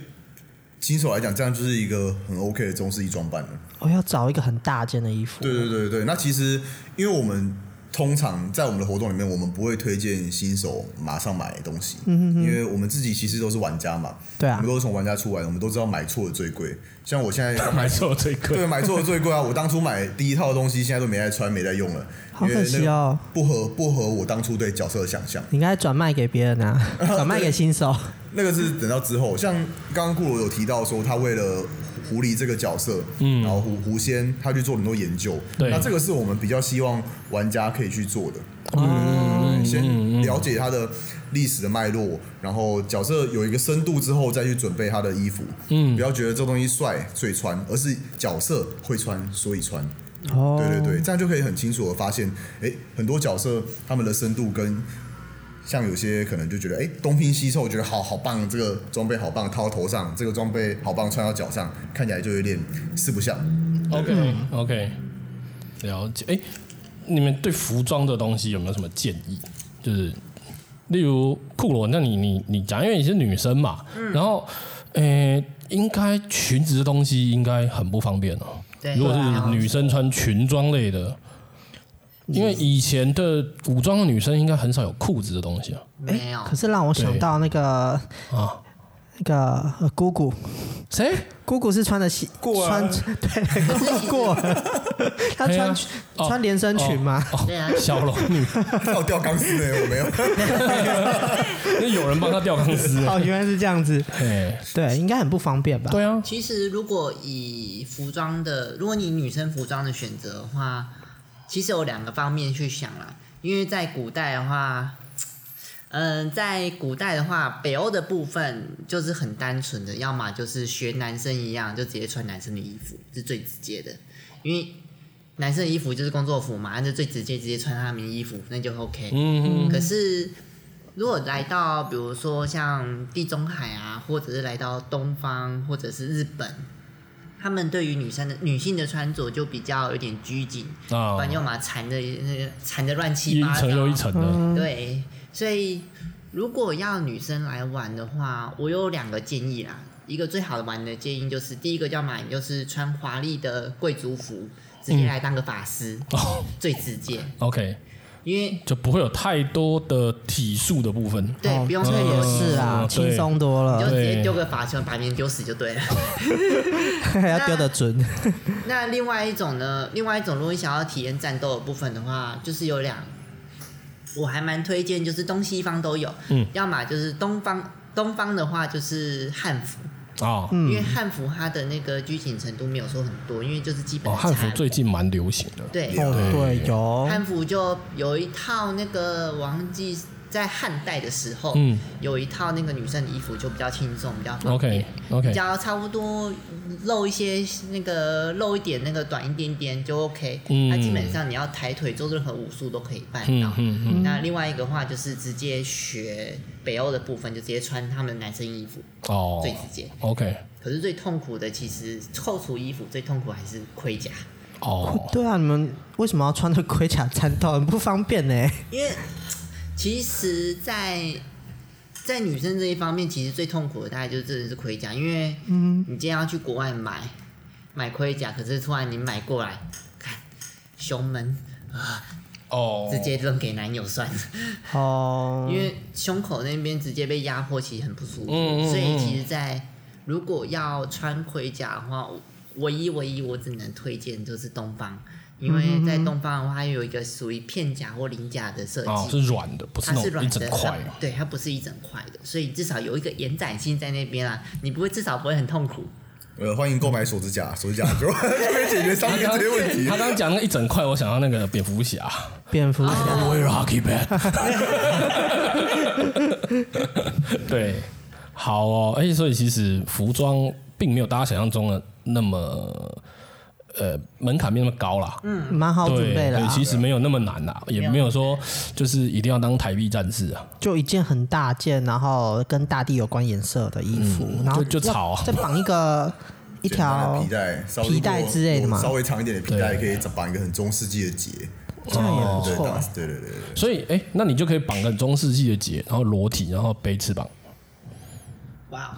Speaker 6: 新手来讲，这样就是一个很 OK 的中式衣装扮了。
Speaker 3: 我、哦要找一个很大件的衣服。
Speaker 6: 对对对对，那其实因为我们通常在我们的活动里面，我们不会推荐新手马上买东西，因为我们自己其实都是玩家嘛，
Speaker 3: 对啊
Speaker 6: 我们都是从玩家出来的，我们都知道买错的最贵。像我现在
Speaker 1: 买错最贵，
Speaker 6: 对，买错的最贵啊！我当初买第一套的东西，现在都没在穿，没在用了，
Speaker 3: 好可惜哦，
Speaker 6: 不合不合我当初对角色的想象。
Speaker 3: 你应该转卖给别人啊，
Speaker 6: [laughs]
Speaker 3: 转卖给新手。
Speaker 6: 那个是等到之后，像刚刚顾罗有提到说，他为了狐狸这个角色，嗯，然后狐狐仙，他去做很多研究。
Speaker 1: 对
Speaker 6: 那这个是我们比较希望玩家可以去做的。嗯，先了解他的历史的脉络，然后角色有一个深度之后，再去准备他的衣服。嗯，不要觉得这东西帅所以穿，而是角色会穿所以穿。
Speaker 3: 哦，
Speaker 6: 对对对，这样就可以很清楚的发现，哎，很多角色他们的深度跟像有些可能就觉得，哎，东拼西凑，觉得好好棒，这个装备好棒，套到头上，这个装备好棒，穿到脚上，看起来就有点四不像。 [laughs]
Speaker 1: OK 嗯 OK，了解。哎、你们对服装的东西有没有什么建议？就是例如库罗，那你你你讲，因为你是女生嘛，
Speaker 5: 嗯
Speaker 1: 然后呃、应该裙子的东西应该很不方便哦、
Speaker 5: 对
Speaker 1: 如果
Speaker 5: 对啊
Speaker 1: 是女生穿裙装类的。因为以前的古装的女生应该很少有裤子的东西啊，
Speaker 5: 没有
Speaker 3: 可，是让我想到那个
Speaker 1: 啊
Speaker 3: 那个、呃姑姑，
Speaker 1: 谁？
Speaker 3: 姑姑是穿的西
Speaker 6: 过啊
Speaker 3: 穿 [laughs] 对
Speaker 1: [laughs]
Speaker 3: 过了，她
Speaker 1: 哎
Speaker 3: 穿
Speaker 1: 呀哦
Speaker 3: 穿连身裙吗？
Speaker 5: 对啊，
Speaker 1: 小龙女，
Speaker 6: 我掉钢丝呢，我没有。
Speaker 1: 那有人帮她吊钢丝啊。
Speaker 3: 哦，原来是这样子，
Speaker 1: [laughs] 哎，
Speaker 3: 对，应该很不方便吧？
Speaker 1: 对啊，
Speaker 5: 其实，如果以服装的，如果你女生服装的选择的话，其实有两个方面去想啦。因为在古代的话，嗯、在古代的话，北欧的部分就是很单纯的，要么就是学男生一样，就直接穿男生的衣服，是最直接的。因为男生的衣服就是工作服嘛，那就最直接，直接穿他们的衣服，那就 OK。
Speaker 1: 嗯，
Speaker 5: 可是如果来到比如说像地中海啊，或者是来到东方，或者是日本，他们对于女生的女性的穿着就比较有点拘谨，
Speaker 1: 啊
Speaker 3: 哦
Speaker 5: 不然要么缠的那个缠的乱七
Speaker 1: 一
Speaker 5: 八糟，
Speaker 1: 层又一层的，
Speaker 5: 对，所以如果要女生来玩的话，我有两个建议啦。一个最好的玩的建议就是，第一个要买就是穿
Speaker 3: 嗯
Speaker 1: 哦
Speaker 5: 华丽的贵族服，直接来当个法师，最直接。
Speaker 1: OK，
Speaker 5: 因为
Speaker 1: 就不会有太多的体术的部分。
Speaker 5: 对，不用
Speaker 3: 这
Speaker 5: 太
Speaker 3: 个也
Speaker 5: 多
Speaker 3: 哦是啊，
Speaker 1: 嗯
Speaker 3: 轻松多
Speaker 5: 你就
Speaker 3: 了，
Speaker 5: 直接丢个罚球，把别人丢死就对了。 [laughs]
Speaker 3: [laughs] 要丢得准。
Speaker 5: 那另外一种呢？另外一种，如果你想要体验战斗的部分的话，就是有两，我还蛮推荐，就是东西方都有。
Speaker 1: 嗯，
Speaker 5: 要么就是东方，东方的话就是汉服，
Speaker 1: 啊，
Speaker 5: 因为汉服它的那个拘谨程度没有说很多，因为就是基本
Speaker 1: 哦，
Speaker 5: 的
Speaker 1: 汉服
Speaker 5: 差
Speaker 1: 最近蛮流行的。
Speaker 5: 对。
Speaker 3: 哦，对，有
Speaker 5: 汉服就有一套那个，我忘记在汉代的时候，
Speaker 1: 嗯
Speaker 5: 有一套那个女生的衣服就比较轻松，比较方便
Speaker 1: OK OK，
Speaker 5: 嗯比较差不多嗯露一些那个露一点那个短一点点就 OK。
Speaker 1: 嗯
Speaker 5: 那基本上你要抬腿做任何武术都可以办到
Speaker 1: 嗯。嗯嗯，
Speaker 5: 那另外一个话就是直接学北欧的部分，就直接穿他们男生衣服，
Speaker 1: 哦
Speaker 5: 最直接。
Speaker 1: ，OK，
Speaker 5: 可是最痛苦的其实扣除衣服最痛苦还是盔甲，
Speaker 1: 哦，
Speaker 3: 对啊，你们为什么要穿着盔甲战斗？很不方便
Speaker 1: [laughs]
Speaker 3: 呢。
Speaker 5: 因为其实在，在女生这一方面，其实最痛苦的大概就真的是盔甲，因为你今天要去国外买买盔甲，可是突然你买过来，看胸闷，
Speaker 1: 哦，嗯
Speaker 5: 直接扔给男友算了，
Speaker 3: 哦，
Speaker 5: 因为胸口那边直接被压迫，其实很不舒服。
Speaker 1: 嗯嗯嗯
Speaker 5: 所以其实在，如果要穿盔甲的话，我唯一唯一我只能推荐就是东方。因为在东方的话，它有一个属于片甲或鳞甲的设计，
Speaker 1: 哦是软的，不是
Speaker 5: 它
Speaker 1: 那
Speaker 5: 是
Speaker 1: 种
Speaker 5: 软
Speaker 1: 一
Speaker 5: 的，
Speaker 1: 整块
Speaker 5: 它对，它不是一整块的，所以至少有一个延展性在那边啊，你不会至少不会很痛苦。
Speaker 6: 呃，欢迎购买手指甲，手指甲就就可以解决上面这些问
Speaker 3: [laughs]
Speaker 6: 题
Speaker 1: 他。刚刚讲那个一整块，我想到那个蝙蝠侠
Speaker 3: 蝙蝠侠
Speaker 1: ，Wear Hockey Pad。对，好哦，而且所以其实服装并没有大家想象中的那么。呃，门槛没那么高啦，嗯，
Speaker 3: 蛮好准
Speaker 1: 对
Speaker 3: 备的
Speaker 1: 对，
Speaker 3: 啊，
Speaker 1: 其实没有那么难啦，也没有说就是一定要当台币战士啊，
Speaker 3: 就一件很大件，然后跟大地有关颜色的衣服，然后
Speaker 1: 嗯就就草
Speaker 3: 要再绑一
Speaker 6: [laughs]
Speaker 3: 个一
Speaker 6: 简单的
Speaker 3: 条
Speaker 6: 皮带，稍微
Speaker 3: 皮带之类的嘛
Speaker 6: 有稍微长一点的皮带
Speaker 1: 对
Speaker 6: 可以绑一个很中世纪的结。哦
Speaker 3: 这样也不
Speaker 6: 对
Speaker 3: 错
Speaker 6: 当
Speaker 3: 啊
Speaker 6: 时。对对对对，
Speaker 1: 所以哎、那你就可以绑个中世纪的结，然后裸体，然后背翅膀， [laughs]
Speaker 5: 哇，哦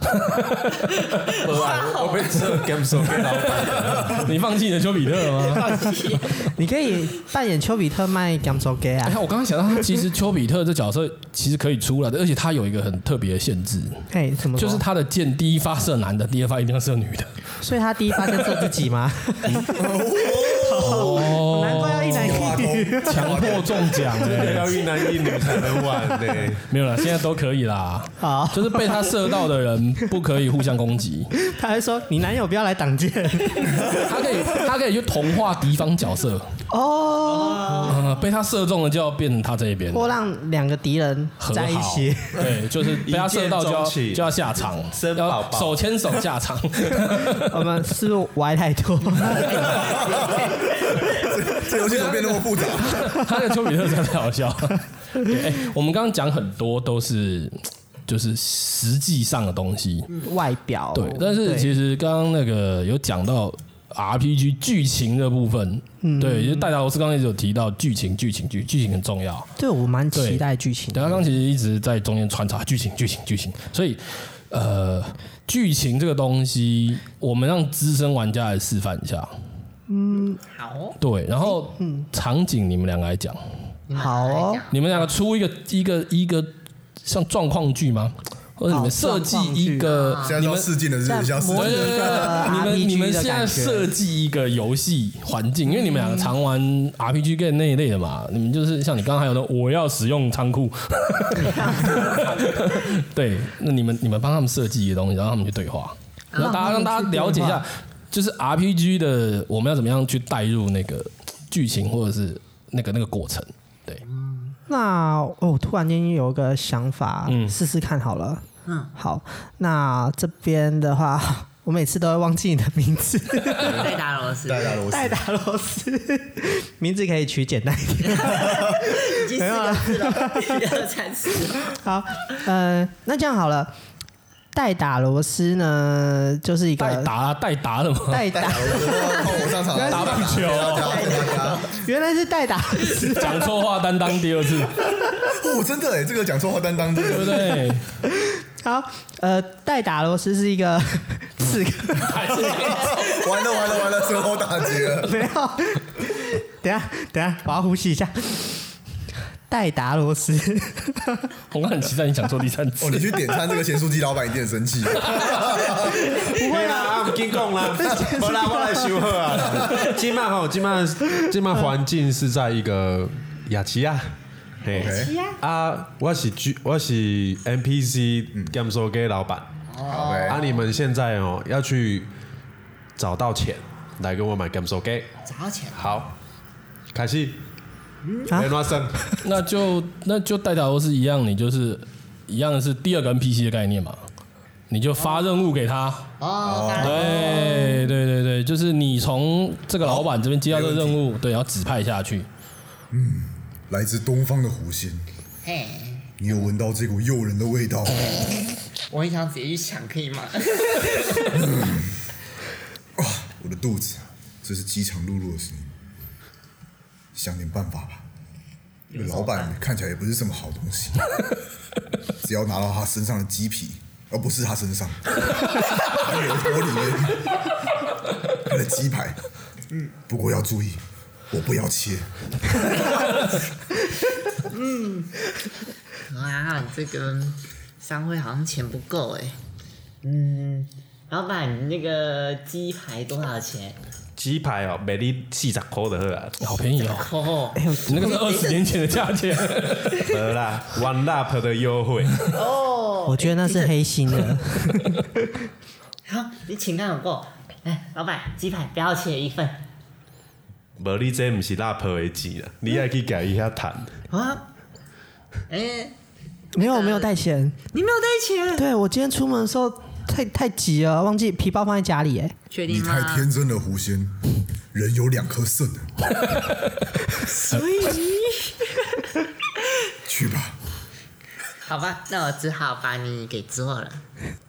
Speaker 1: 哦
Speaker 2: 我我被这 game 手被老
Speaker 3: [laughs]
Speaker 2: 板，
Speaker 1: 你放弃你的丘比特了 [laughs] 吗？
Speaker 3: [laughs] 你可以扮演丘比特卖 g a m s o g a
Speaker 1: 哎、
Speaker 3: 啊，
Speaker 1: 看我刚刚想到，他其实丘比特这角色其实可以出来的，而且他有一个很特别的限制，
Speaker 3: 嘿，怎么说
Speaker 1: 就是，他的箭第一发射男的，第二发一定要射女的。
Speaker 3: 所以他第一发现射自己吗？
Speaker 1: 哦，
Speaker 3: 难怪要一男
Speaker 6: 哇
Speaker 3: 一女，
Speaker 1: [laughs]
Speaker 6: 都
Speaker 1: 强
Speaker 3: [laughs]
Speaker 1: 迫中 [laughs] 奖哎、
Speaker 2: 要一男一女才能玩呢。
Speaker 1: 没有啦，现在都可以啦。
Speaker 3: 好
Speaker 1: 就是被他射到的人不可以互相攻击，
Speaker 3: 他还说你男友不要来
Speaker 1: [laughs]
Speaker 3: 挡箭
Speaker 1: 他可以他可以去同化敌方角色，
Speaker 3: 哦，
Speaker 1: 呃，被他射中了就要变成他这一边。
Speaker 3: 或让两个敌人
Speaker 1: 和
Speaker 3: 在一
Speaker 1: 好
Speaker 3: 起，
Speaker 1: 对，就是被他射到就要
Speaker 2: 一见钟情
Speaker 1: 就要下场，
Speaker 2: 生
Speaker 1: 要
Speaker 2: 宝宝
Speaker 1: 手牵手
Speaker 2: [laughs]
Speaker 1: 下场。
Speaker 3: 我们是不是歪太
Speaker 1: [laughs]
Speaker 3: 多？
Speaker 6: 这游戏怎么变那么复杂？
Speaker 1: 他的丘比特真的太好笑。对，哎、我们刚刚讲很多都是就是实际上的东西，
Speaker 3: 外表
Speaker 1: 对。但是其实刚刚那个有讲到 RPG 剧情的部分，
Speaker 3: 嗯
Speaker 1: 对，就戴达罗斯刚刚一直有提到剧情，剧情，剧剧情很重要。
Speaker 3: 对我蛮期
Speaker 1: 对
Speaker 3: 待剧情的
Speaker 1: 对，他刚刚其实一直在中间穿插剧情，剧情，剧情，所以。呃，剧情这个东西，我们让资深玩家来示范一下。
Speaker 5: 好哦，
Speaker 1: 对，然后场景你们两个来讲。
Speaker 5: 你们
Speaker 3: 好哦
Speaker 5: 来讲
Speaker 1: 你们两个出一个一个一个像状况剧吗？或者你们设计一个
Speaker 6: 现在
Speaker 1: 你
Speaker 6: 到
Speaker 1: 们
Speaker 6: 试镜的日子，
Speaker 3: [laughs]
Speaker 6: 像试
Speaker 3: 在模
Speaker 1: 对
Speaker 3: 拟
Speaker 6: 镜
Speaker 1: 对对对你们
Speaker 3: RPG
Speaker 1: 你们
Speaker 3: 的
Speaker 1: 现在
Speaker 3: 感觉嗯
Speaker 1: 设计一个游戏环境，因为你们两个常玩 RPG game 那一类的嘛，你们就是像你刚刚还有的，我要使用
Speaker 3: [laughs]
Speaker 1: 仓库，对，那你们你们帮他们设计一个东西，然后他们去对话，
Speaker 3: 啊
Speaker 1: 然后大家让大家了解一下，就是 RPG 的我们要怎么样去带入那个剧情或者是那个那个过程，对，
Speaker 3: 嗯那哦，我突然间有一个想法，
Speaker 1: 嗯
Speaker 3: 试试看好了。嗯，好，那这边的话，我每次都会忘记你的名字，
Speaker 5: 戴达罗斯，
Speaker 6: 戴达
Speaker 3: [laughs]
Speaker 6: 罗斯
Speaker 3: 戴达罗斯，名字可以取简单一
Speaker 6: [laughs]
Speaker 3: 点。
Speaker 5: 已经四
Speaker 3: 啊
Speaker 5: 个字了，一二三四，
Speaker 3: 好，呃，那这样好了，戴达罗斯呢，就是一
Speaker 1: 代
Speaker 3: 个
Speaker 1: 达代达的吗？
Speaker 3: 戴
Speaker 6: 戴
Speaker 3: 达
Speaker 6: 达，罗斯，换我
Speaker 3: [laughs]
Speaker 6: 上场了，
Speaker 1: 打棒球，
Speaker 3: 原来是戴达罗斯，
Speaker 6: [laughs]
Speaker 1: 讲错话担当第二次，
Speaker 6: 哦，真的哎，这个讲错话担当，真
Speaker 1: 对不
Speaker 3: [laughs]
Speaker 6: 的
Speaker 1: 对？
Speaker 3: 好，呃，戴达罗斯是一
Speaker 6: [laughs]
Speaker 3: 个刺客，
Speaker 1: 还是
Speaker 6: 完了完了完了，生活打击了。
Speaker 3: 没有，等一下等一下，我要呼吸一下。代达罗斯，
Speaker 1: 我刚很期待你讲错第三
Speaker 6: 哦，
Speaker 1: 次
Speaker 6: 你。去点餐这个咸酥鸡老板一定很生气。
Speaker 2: 不会啊啦，我跟讲 [laughs] 啦，好啦，我来修好啊。今晚吼，今晚今晚环境是在一个雅琪亚，嘿
Speaker 6: OK，
Speaker 2: 啊，我是 G，我是 NPC 甘肃给老板。
Speaker 6: 好呗
Speaker 2: 啊，你们现在哦要去找到钱来跟我买 game 手 g
Speaker 5: 找到钱
Speaker 2: 好，开始。
Speaker 3: 啊
Speaker 2: 雷诺森，
Speaker 1: 那就那就代打都是一样，你就是一样是第二个 NPC 的概念嘛，你就发任务给他。
Speaker 5: 哦，当然
Speaker 1: 对对对对，就是你从这个老板这边接到这个
Speaker 6: 哦
Speaker 1: 任务，对，然后指派下去。
Speaker 6: 来自东方的狐仙，
Speaker 5: 嘿，
Speaker 6: 你有闻到这股诱人的味道吗？
Speaker 5: 我很想直接去抢，可以吗？ [laughs]
Speaker 6: 我的肚子，啊这是饥肠辘辘的声音，想点办法吧。这个老板看起来也不是什么好东西，只要拿到他身上的鸡皮，而不是他身上，他油锅里面，他的鸡排。不过要注意，我不要切。
Speaker 5: 啊，你这个商会好像钱不够哎。嗯，老板，你那个鸡排多少钱？
Speaker 2: 鸡排哦，每粒四十块的好啊。
Speaker 1: 好便宜哦！
Speaker 5: 哦，
Speaker 1: 你那
Speaker 6: [laughs]
Speaker 1: 个是二十年前的价钱，
Speaker 2: 好啦，One Up 的优惠，
Speaker 6: 哦
Speaker 3: 我觉得那
Speaker 6: 哎
Speaker 3: 是黑心的。
Speaker 5: 好，你请单有够。哎，老板，鸡排不要切一份
Speaker 2: 无你这不是 Up 的钱啦，你要去改一下谈。
Speaker 5: 啊。哎，
Speaker 3: 没有，我没有带钱。
Speaker 5: 你没有带钱？
Speaker 3: 对我今天出门的时候太太急了，忘记皮包放在家里。哎，
Speaker 5: 确
Speaker 6: 你
Speaker 5: 定
Speaker 6: 太
Speaker 5: 吗？
Speaker 6: 天真了，狐仙。人有两颗肾的，
Speaker 5: 所以， [laughs]
Speaker 6: 去吧。
Speaker 5: 好吧，那我只好把你给做了。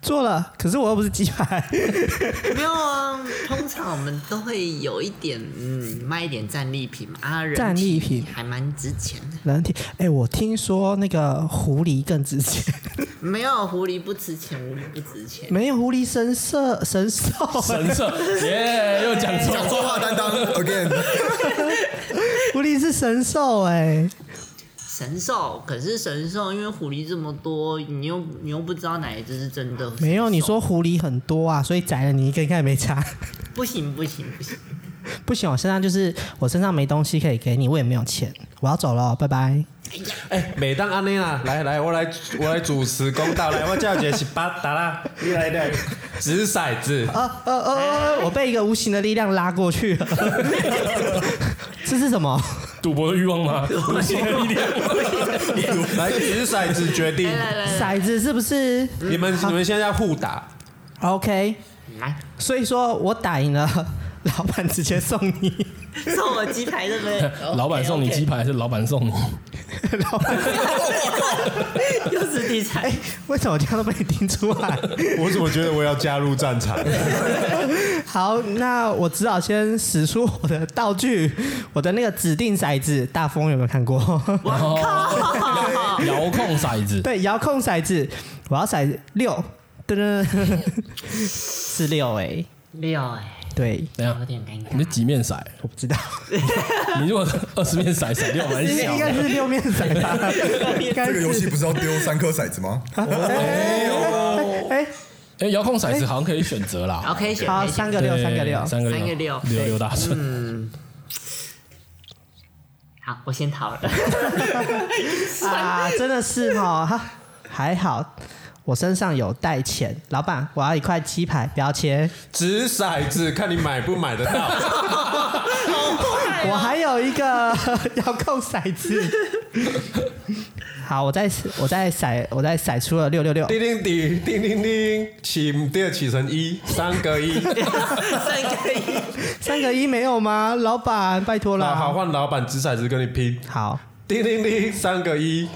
Speaker 3: 做了，可是我又不是鸡排。
Speaker 5: 没有啊，通常我们都会有一点，嗯，卖一点战利品嘛，啊，人体
Speaker 3: 战利品
Speaker 5: 还蛮值钱的。
Speaker 3: 人体，哎，我听 [laughs] 说那个狐狸更值钱， [laughs]
Speaker 5: 没有狐狸不值钱，狐狸不值钱。
Speaker 3: 没有狐狸神社神兽。哎
Speaker 1: 神社耶，又讲错
Speaker 6: 讲说话担当 again，
Speaker 3: 狐狸是神兽哎、
Speaker 5: 神兽，可是神兽，因为狐狸这么多，你又你又不知道哪一只是真的。
Speaker 3: 没有你
Speaker 5: 神兽
Speaker 3: 说狐狸很多啊，所以宰了你一个应该也没差。 [laughs]
Speaker 5: 不行不行不行，
Speaker 3: 不行，我身上就是我身上没东西可以给你，我也没有钱，我要走了，拜拜。
Speaker 2: 哎，每当安尼 [laughs] 啦，来来，我来我来主持公道，来，我叫你是巴达啦，你来来，掷骰子，
Speaker 3: 啊呃呃呃， [laughs] 我被一个无形的力量拉过去了。 [laughs] 这是什么？
Speaker 1: 赌博的欲望
Speaker 6: [laughs]
Speaker 1: 吗？无限的力量。
Speaker 2: [laughs] 来掷骰子决定，
Speaker 3: 骰子是不是
Speaker 2: 你们你们现在要互打，
Speaker 3: ？OK，
Speaker 5: 来
Speaker 3: 所以说我打赢了，老板直接送你。 [laughs]
Speaker 5: 送我鸡排对不对？
Speaker 1: 老板送你鸡
Speaker 5: OK，OK，
Speaker 1: 排还是老板送你？
Speaker 3: 老板，
Speaker 5: 哦 [laughs] 又是地
Speaker 3: 哎、
Speaker 1: [laughs]
Speaker 5: 产。
Speaker 3: 为什么这样都被你听出来？ [laughs]
Speaker 2: 我怎么觉得我要加入战场？
Speaker 3: 好，那我只好先使出我的道具，我的那个指定骰子。大风有没有看过？
Speaker 5: 哦
Speaker 1: 遥控骰
Speaker 3: [laughs]
Speaker 1: 子，
Speaker 3: 对，遥控骰子，我要骰六，噔噔，是六哎、
Speaker 5: 六哎，
Speaker 3: 对，
Speaker 1: 等一
Speaker 5: 有
Speaker 1: 下，
Speaker 5: 点尴
Speaker 1: 你
Speaker 5: 尬。
Speaker 1: 是几面骰？
Speaker 3: 我不知道，
Speaker 1: 你如果二十面骰，骰掉蛮小
Speaker 3: 应该
Speaker 1: 的。
Speaker 3: 是六面骰吧？应该
Speaker 6: [laughs] 这个游戏
Speaker 3: 是。
Speaker 6: 不是要丢三颗骰子吗？
Speaker 3: 哎，
Speaker 1: 哎，遥控骰子好像可以选择啦。
Speaker 5: OK，选
Speaker 3: 好，
Speaker 5: 可以选
Speaker 3: 三个六，
Speaker 1: 对
Speaker 3: 三个六，
Speaker 1: 三个
Speaker 5: 三个
Speaker 1: 六
Speaker 5: 六，嗯
Speaker 1: 六六大顺。
Speaker 5: 好，我先逃了。
Speaker 3: 啊，真的是哈，哈还好我身上有带钱。老板，我要一块鸡排，不要切。
Speaker 2: 掷骰子，看你买不买得到。 [laughs]
Speaker 3: 我还有一个遥控骰子。好，我再我再骰，我再骰出了六六六。
Speaker 2: 叮叮叮叮叮叮，起唔对，起成一，三个 [laughs] 一。
Speaker 5: 三个一，
Speaker 3: 三个一没有吗？老板，拜托
Speaker 2: 那好，
Speaker 3: 啦。
Speaker 2: 换老板掷骰子跟你拼。
Speaker 3: 好，
Speaker 2: 叮叮叮，三个一。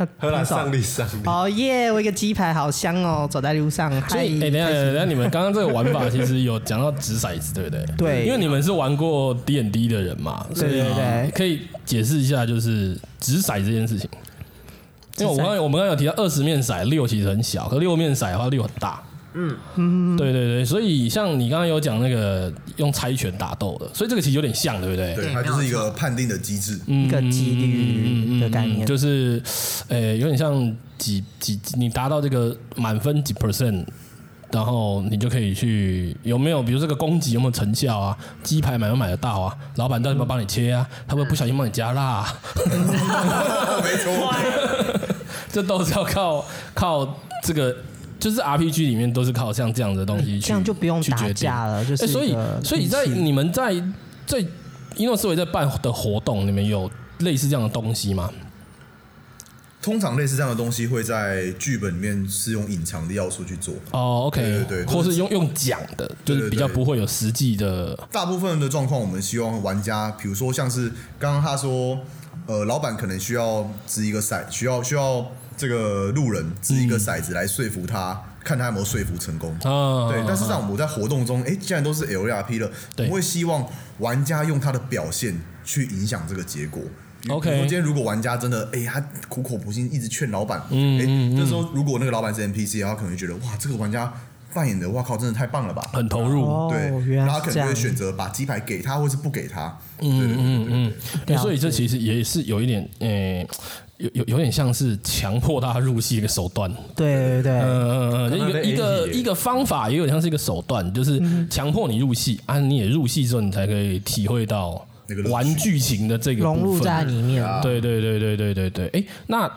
Speaker 3: 那
Speaker 2: 荷兰
Speaker 3: 分手
Speaker 2: 上力上力，
Speaker 3: 哦耶！我一个鸡排好香哦，走在路上。
Speaker 1: 所
Speaker 3: 嗨，
Speaker 5: 嗯
Speaker 1: 以，哎、等一下，等一下，你们刚刚这个玩法其实有讲到掷骰子，对不对？
Speaker 3: 对
Speaker 1: 因为你们是玩过 D N D 的人嘛，所以
Speaker 3: 对对对
Speaker 1: 可以解释一下，就是掷骰这件事情。因为我刚才我们刚才有提到二十面骰，六其实很小，可六面骰的话，六很大。嗯，对对对，所以像你刚刚有讲那个用猜拳打斗的，所以这个其实有点像，对不对？
Speaker 5: [laughs]
Speaker 6: 对，
Speaker 5: 对
Speaker 6: 它就是一
Speaker 5: 没
Speaker 6: 个
Speaker 5: 有嗯
Speaker 6: 判定的机制。
Speaker 3: 一个几率的概念，
Speaker 1: 就是，呃、有点像几几，你达到这个满分几 percent，然后你就可以去有没有，比如这个供给有没有成效啊，鸡排买不买得到啊，老板到底有没有帮你切啊，他会不会不小心帮你加辣、啊，
Speaker 6: 没错，
Speaker 1: 这都是要靠靠这个，就是 RPG 里面都是靠像这样的东西
Speaker 3: 嗯
Speaker 1: 去，
Speaker 3: 这样就不用
Speaker 1: 去
Speaker 3: 打
Speaker 1: 决定
Speaker 3: 架了，就
Speaker 1: 哎，
Speaker 3: 是
Speaker 1: 所
Speaker 3: 一
Speaker 1: 以
Speaker 3: 个
Speaker 1: 所以在
Speaker 3: 平时
Speaker 1: 你们在在一诺思维在办的活动，你们有类似这样的东西吗？
Speaker 6: 通常类似这样的东西会在剧本里面是用隐藏的要素去做。
Speaker 1: 哦，OK，
Speaker 6: 对对对
Speaker 1: 或是用用讲的，就是比较不会有实际的，
Speaker 6: 大部分的状况，我们希望玩家，比如说像是刚刚他说，呃，老板可能需要掷一个骰，需要需要这个路人掷一个骰子来说服他，看他有没有说服成功。
Speaker 1: 啊，
Speaker 6: 对，但是让我们在活动中，哎、既然都是 LRP 了，我
Speaker 1: 对
Speaker 6: 们会希望玩家用他的表现去影响这个结果。比如
Speaker 1: OK
Speaker 6: 比如今天如果玩家真的，哎、他苦口婆心一直劝老板，
Speaker 1: 嗯
Speaker 6: 哎、
Speaker 1: 嗯
Speaker 6: 这时候如果那个老板是 NPC，然后可能会觉得，哇，这个玩家扮演的，哇靠，真的太棒了吧！
Speaker 1: 很投入，
Speaker 3: 哦
Speaker 6: 对，
Speaker 3: 原
Speaker 6: 然
Speaker 3: 来
Speaker 6: 后
Speaker 3: 是
Speaker 6: 他可
Speaker 3: 这
Speaker 6: 能
Speaker 3: 样
Speaker 6: 会选择把鸡排给他，或是不给他。
Speaker 1: 嗯嗯
Speaker 3: 对
Speaker 1: 嗯，
Speaker 3: 啊
Speaker 1: 所以这其实也是有一点，诶，有有有点像是强迫他入戏的一个手段，
Speaker 3: 对对对，
Speaker 1: 嗯嗯
Speaker 2: 刚刚
Speaker 1: 嗯，
Speaker 2: 在
Speaker 1: 一
Speaker 2: AE
Speaker 1: 个一
Speaker 2: 耶
Speaker 1: 个一个方法，也有点像是一个手段，就是强迫你入戏啊，你也入戏之后，你才可以体会到
Speaker 6: 那个乐趣
Speaker 1: 玩剧情的这个
Speaker 3: 融
Speaker 1: 部
Speaker 3: 入
Speaker 1: 分啊
Speaker 3: 在里面，
Speaker 1: 对对对对对对对，哎、那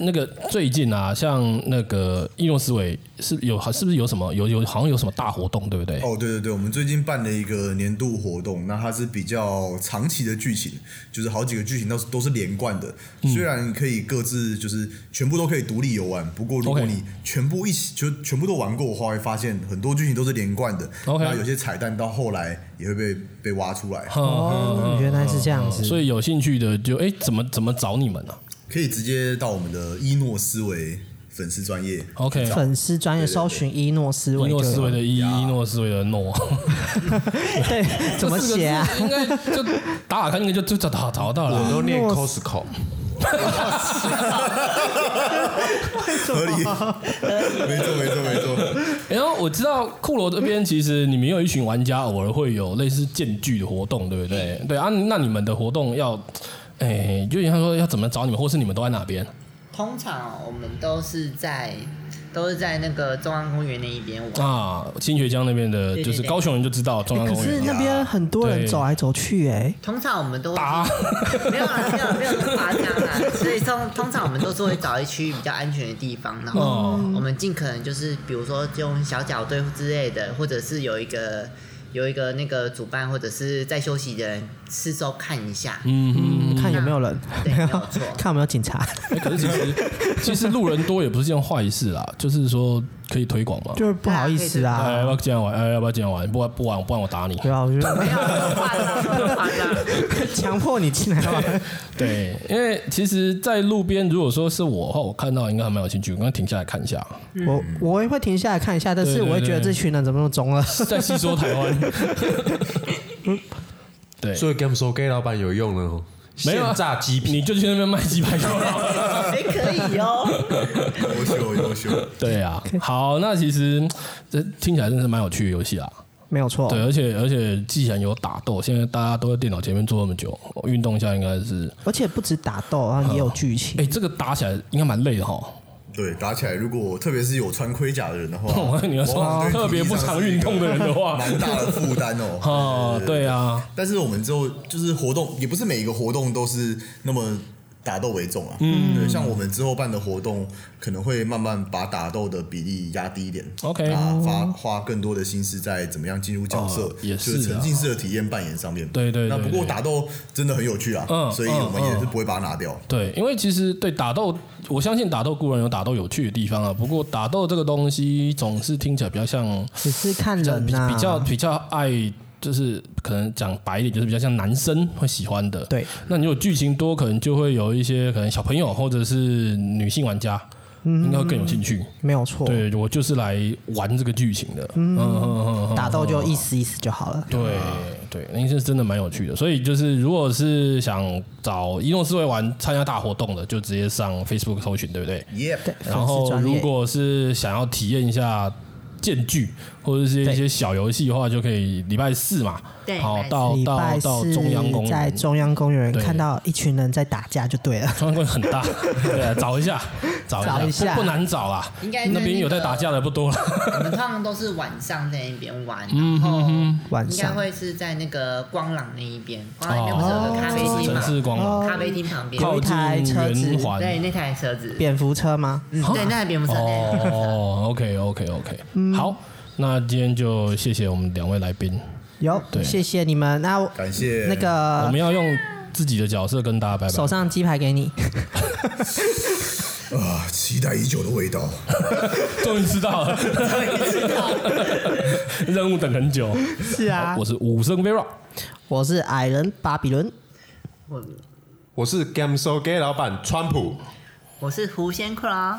Speaker 1: 那个最近啊，像那个易诺思维是有，是不是有什么有有好像有什么大活动，对不对？
Speaker 6: 哦，对对对，我们最近办了一个年度活动，那它是比较长期的剧情，就是好几个剧情都是都是连贯的。
Speaker 3: 嗯
Speaker 6: 虽然可以各自就是全部都可以独立游玩，不过如果
Speaker 1: OK
Speaker 6: 你全部一起就全部都玩过的话，会发现很多剧情都是连贯的。
Speaker 1: OK
Speaker 6: 那有些彩蛋到后来也会被被挖出来，
Speaker 3: 哦，
Speaker 1: 啊
Speaker 3: 原来是这样子，
Speaker 1: 所以有兴趣的就哎、怎么怎么找你们呢、啊
Speaker 6: 可以直接到我们的伊诺思维粉丝
Speaker 3: [laughs]
Speaker 6: 专业。
Speaker 1: o k
Speaker 3: 粉丝专业搜寻伊诺思维，
Speaker 1: 伊啊诺思维
Speaker 3: 对
Speaker 1: 的伊，伊诺思维的诺，
Speaker 3: 对， [laughs] 怎么
Speaker 1: 这四个字
Speaker 3: 写啊？
Speaker 1: 应该就打打看，应该就就找找找到
Speaker 2: 我
Speaker 1: 了。
Speaker 2: 都念
Speaker 3: 诺
Speaker 2: Costco，
Speaker 6: 合理， [laughs] 没错没错没错，
Speaker 1: 然后我知道库罗这边其实你们有一群玩家，偶尔会有类似建剧的活动，对不对？对啊，那你们的活动要，哎、就像说要怎么找你们，或是你们都在哪边？
Speaker 5: [laughs] 通常哦我们都是在都是在那个中央公园那一边玩。
Speaker 1: 啊，新学江那边的，
Speaker 5: 对对
Speaker 1: 就是
Speaker 5: 对
Speaker 1: 高雄人就知道中央
Speaker 3: 可
Speaker 1: 公
Speaker 3: 是
Speaker 1: 园。啊
Speaker 3: 那边很多人
Speaker 1: 对
Speaker 3: 走来走去，哎，
Speaker 5: 通常我们都会
Speaker 1: 打
Speaker 5: [laughs] 没有啦，没有啦没有那么夸张 [laughs] 啦。所以通通常我们都是会找一区比较安全的地方，然后
Speaker 1: 哦
Speaker 5: 我们尽可能就是比如说用小角队之类的，或者是有一个有一个那个主办或者是在休息的人四周看一下。
Speaker 1: 嗯，
Speaker 3: 看有没有人，
Speaker 5: 对没有错
Speaker 3: 看有没有警察，
Speaker 1: 哎可是其实 [laughs] 其实路人多也不是件坏事啦，就是说可以推广嘛。
Speaker 3: 就是不好意思
Speaker 1: 哎，要
Speaker 3: 啊
Speaker 1: 不，要这样玩？哎，要不要这样玩？不玩不玩，不然我打你。
Speaker 3: 对啊，我觉得
Speaker 5: 没有那么夸张，没有那么夸 [laughs] 张。
Speaker 3: [laughs] 强迫你进来吧，
Speaker 1: 对，因为其实，在路边，如果说是我的话，我看到应该还蛮有兴趣，我刚刚停下来看
Speaker 3: [laughs]
Speaker 1: 一下，
Speaker 3: 我我也会停下来看一下，但
Speaker 1: 对
Speaker 3: 是
Speaker 1: 对
Speaker 3: 我会觉得这
Speaker 1: 对
Speaker 3: 群人怎么那么中二，
Speaker 1: 在吸收台
Speaker 3: [laughs]
Speaker 1: 湾。对，
Speaker 2: 所以 Game Show 给老板有用了哦。
Speaker 1: 哎没有啊
Speaker 2: 现炸鸡皮，
Speaker 1: 你就去那边卖鸡排就
Speaker 3: [laughs]
Speaker 1: 好了。
Speaker 5: 哎，可以哦。
Speaker 6: 优秀优秀。
Speaker 1: 对啊，好，那其实这听起来真的是蛮有趣的游戏啊啦。
Speaker 3: 没有错
Speaker 1: 对，，而且而且既然有打斗，现在大家都在电脑前面坐那么久，运动一下应该是，
Speaker 3: 而且不止打斗，然后也有剧
Speaker 1: 哎、
Speaker 3: 情，
Speaker 1: 这个打起来应该蛮累的哈。
Speaker 6: 对，打起来，如果特别是有穿盔甲的人
Speaker 1: [laughs]
Speaker 6: 的话，
Speaker 1: 你要
Speaker 6: 往
Speaker 1: 说
Speaker 6: 往对
Speaker 1: 特别不常运动的人的话，
Speaker 6: 蛮大的负担哦。
Speaker 1: [laughs] 哦，对啊，
Speaker 6: 但是我们之后就是活动，也不是每一个活动都是那么打斗为重啊。嗯，对，像我们之后办的活动，可能会慢慢把打斗的比例压低一点。
Speaker 1: OK
Speaker 6: 啊，发花更多的心思在怎么样进入角色
Speaker 1: 哦，也
Speaker 6: 就是
Speaker 1: 啊
Speaker 6: 沉浸式的体验扮演上面。
Speaker 1: 对对对
Speaker 6: 那不
Speaker 1: 对
Speaker 6: 过打斗真的很有趣啊，
Speaker 1: 嗯
Speaker 6: 所以我们
Speaker 1: 嗯
Speaker 6: 也是不会把它拿掉。
Speaker 1: 对，因为其实对打斗，我相信打斗固然有打斗有趣的地方啊，不过打斗这个东西总是听起来比较像，
Speaker 3: 只是看
Speaker 1: 比较
Speaker 3: 人啊
Speaker 1: 比
Speaker 3: 呐，
Speaker 1: 比较比较爱。就是可能讲白一点，就是比较像男生会喜欢的。
Speaker 3: 对，
Speaker 1: 那你有剧情多，可能就会有一些可能小朋友或者是女性玩家，
Speaker 3: 嗯
Speaker 1: 应该会更有兴趣。
Speaker 3: 没有错，
Speaker 1: 对，我就是来玩这个剧情的。嗯嗯嗯嗯，
Speaker 3: 打斗就意思意思就好了。
Speaker 1: 对对，那是真的蛮有趣的。所以就是，如果是想找移动思维玩参加大活动的，就直
Speaker 3: 嗯
Speaker 1: 接上 Facebook 搜寻，对不对？
Speaker 6: 耶，
Speaker 3: 对，
Speaker 1: 然
Speaker 3: 粉丝
Speaker 1: 后
Speaker 3: 专
Speaker 1: 如
Speaker 3: 业
Speaker 1: 果是想要体验一下间距，或者是一
Speaker 3: 对
Speaker 1: 些小游戏的话，就可以礼拜四嘛，
Speaker 5: 对
Speaker 1: 好
Speaker 5: 礼拜
Speaker 1: 到
Speaker 3: 礼
Speaker 1: 到
Speaker 3: 拜
Speaker 1: 到中央公
Speaker 3: 四在
Speaker 1: 园，
Speaker 3: 中央公园
Speaker 1: 对
Speaker 3: 看到一群人在打架就对了。
Speaker 1: 中央公园很
Speaker 3: [laughs]
Speaker 1: 大，对啊，找一下，找
Speaker 3: 找
Speaker 1: 一
Speaker 3: 一
Speaker 1: 下，
Speaker 3: 下
Speaker 1: 不不难找啦，
Speaker 5: 应该是
Speaker 1: 那边
Speaker 5: 那
Speaker 1: 有在
Speaker 5: 个
Speaker 1: 打架的不多了。
Speaker 5: 我们通常都是晚上在那边玩，
Speaker 1: 嗯
Speaker 5: 然后
Speaker 3: 晚
Speaker 5: 应该
Speaker 3: 上
Speaker 5: 会是在那个光廊那一边，光廊那边不是
Speaker 3: 哦
Speaker 5: 有个咖啡厅
Speaker 1: 哦城市
Speaker 5: 嘛？
Speaker 1: 光廊，
Speaker 5: 咖啡厅旁边，
Speaker 3: 有
Speaker 1: 靠
Speaker 3: 一
Speaker 1: 近
Speaker 3: 台车子
Speaker 1: 圆环。
Speaker 5: 对，那台车子，
Speaker 3: 蝙蝠车吗？
Speaker 5: 嗯，对，那台蝙蝠车，那台
Speaker 1: 哦，OK OK OK，好，
Speaker 3: 嗯
Speaker 1: 那今天就谢谢我们两位来宾，
Speaker 3: 有
Speaker 1: 对，
Speaker 3: 谢谢你们。那我
Speaker 6: 感谢
Speaker 3: 那
Speaker 1: 我
Speaker 3: 个
Speaker 1: 们要用自己的角色跟大家拜拜。
Speaker 3: 手上鸡排给你，
Speaker 6: 啊，期待已久的味道。
Speaker 1: 终于知道了， [laughs] 任务等很久。
Speaker 3: 是啊
Speaker 1: 我，是武圣 Vera，
Speaker 3: 我是矮人巴比伦，
Speaker 5: 我
Speaker 2: 我是 Game Show Gay 老板川普，
Speaker 5: 我是狐仙克 [laughs] 劳，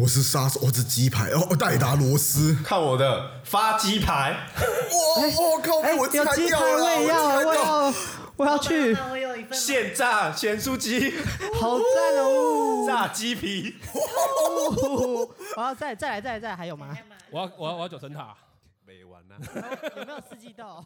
Speaker 7: 我是杀手，我是鸡排，哦，代达罗斯，
Speaker 2: 看我的发鸡排。
Speaker 6: 哇，我靠，哦被我
Speaker 3: 哎有
Speaker 6: 踩
Speaker 3: 鸡
Speaker 6: 掉
Speaker 3: 排
Speaker 6: 了，哦
Speaker 3: 我也要，
Speaker 6: 我
Speaker 3: 我
Speaker 6: 踩
Speaker 3: 也
Speaker 6: 掉
Speaker 3: 要，我要去，
Speaker 5: 我有一份
Speaker 2: 现炸咸酥鸡，
Speaker 3: 好赞哦！
Speaker 2: 炸鸡皮。
Speaker 3: 我要再再来再来再来，还有吗？
Speaker 1: 我要我要我要九层塔。
Speaker 3: [laughs]
Speaker 2: 没完啊。
Speaker 3: 有没有四季豆？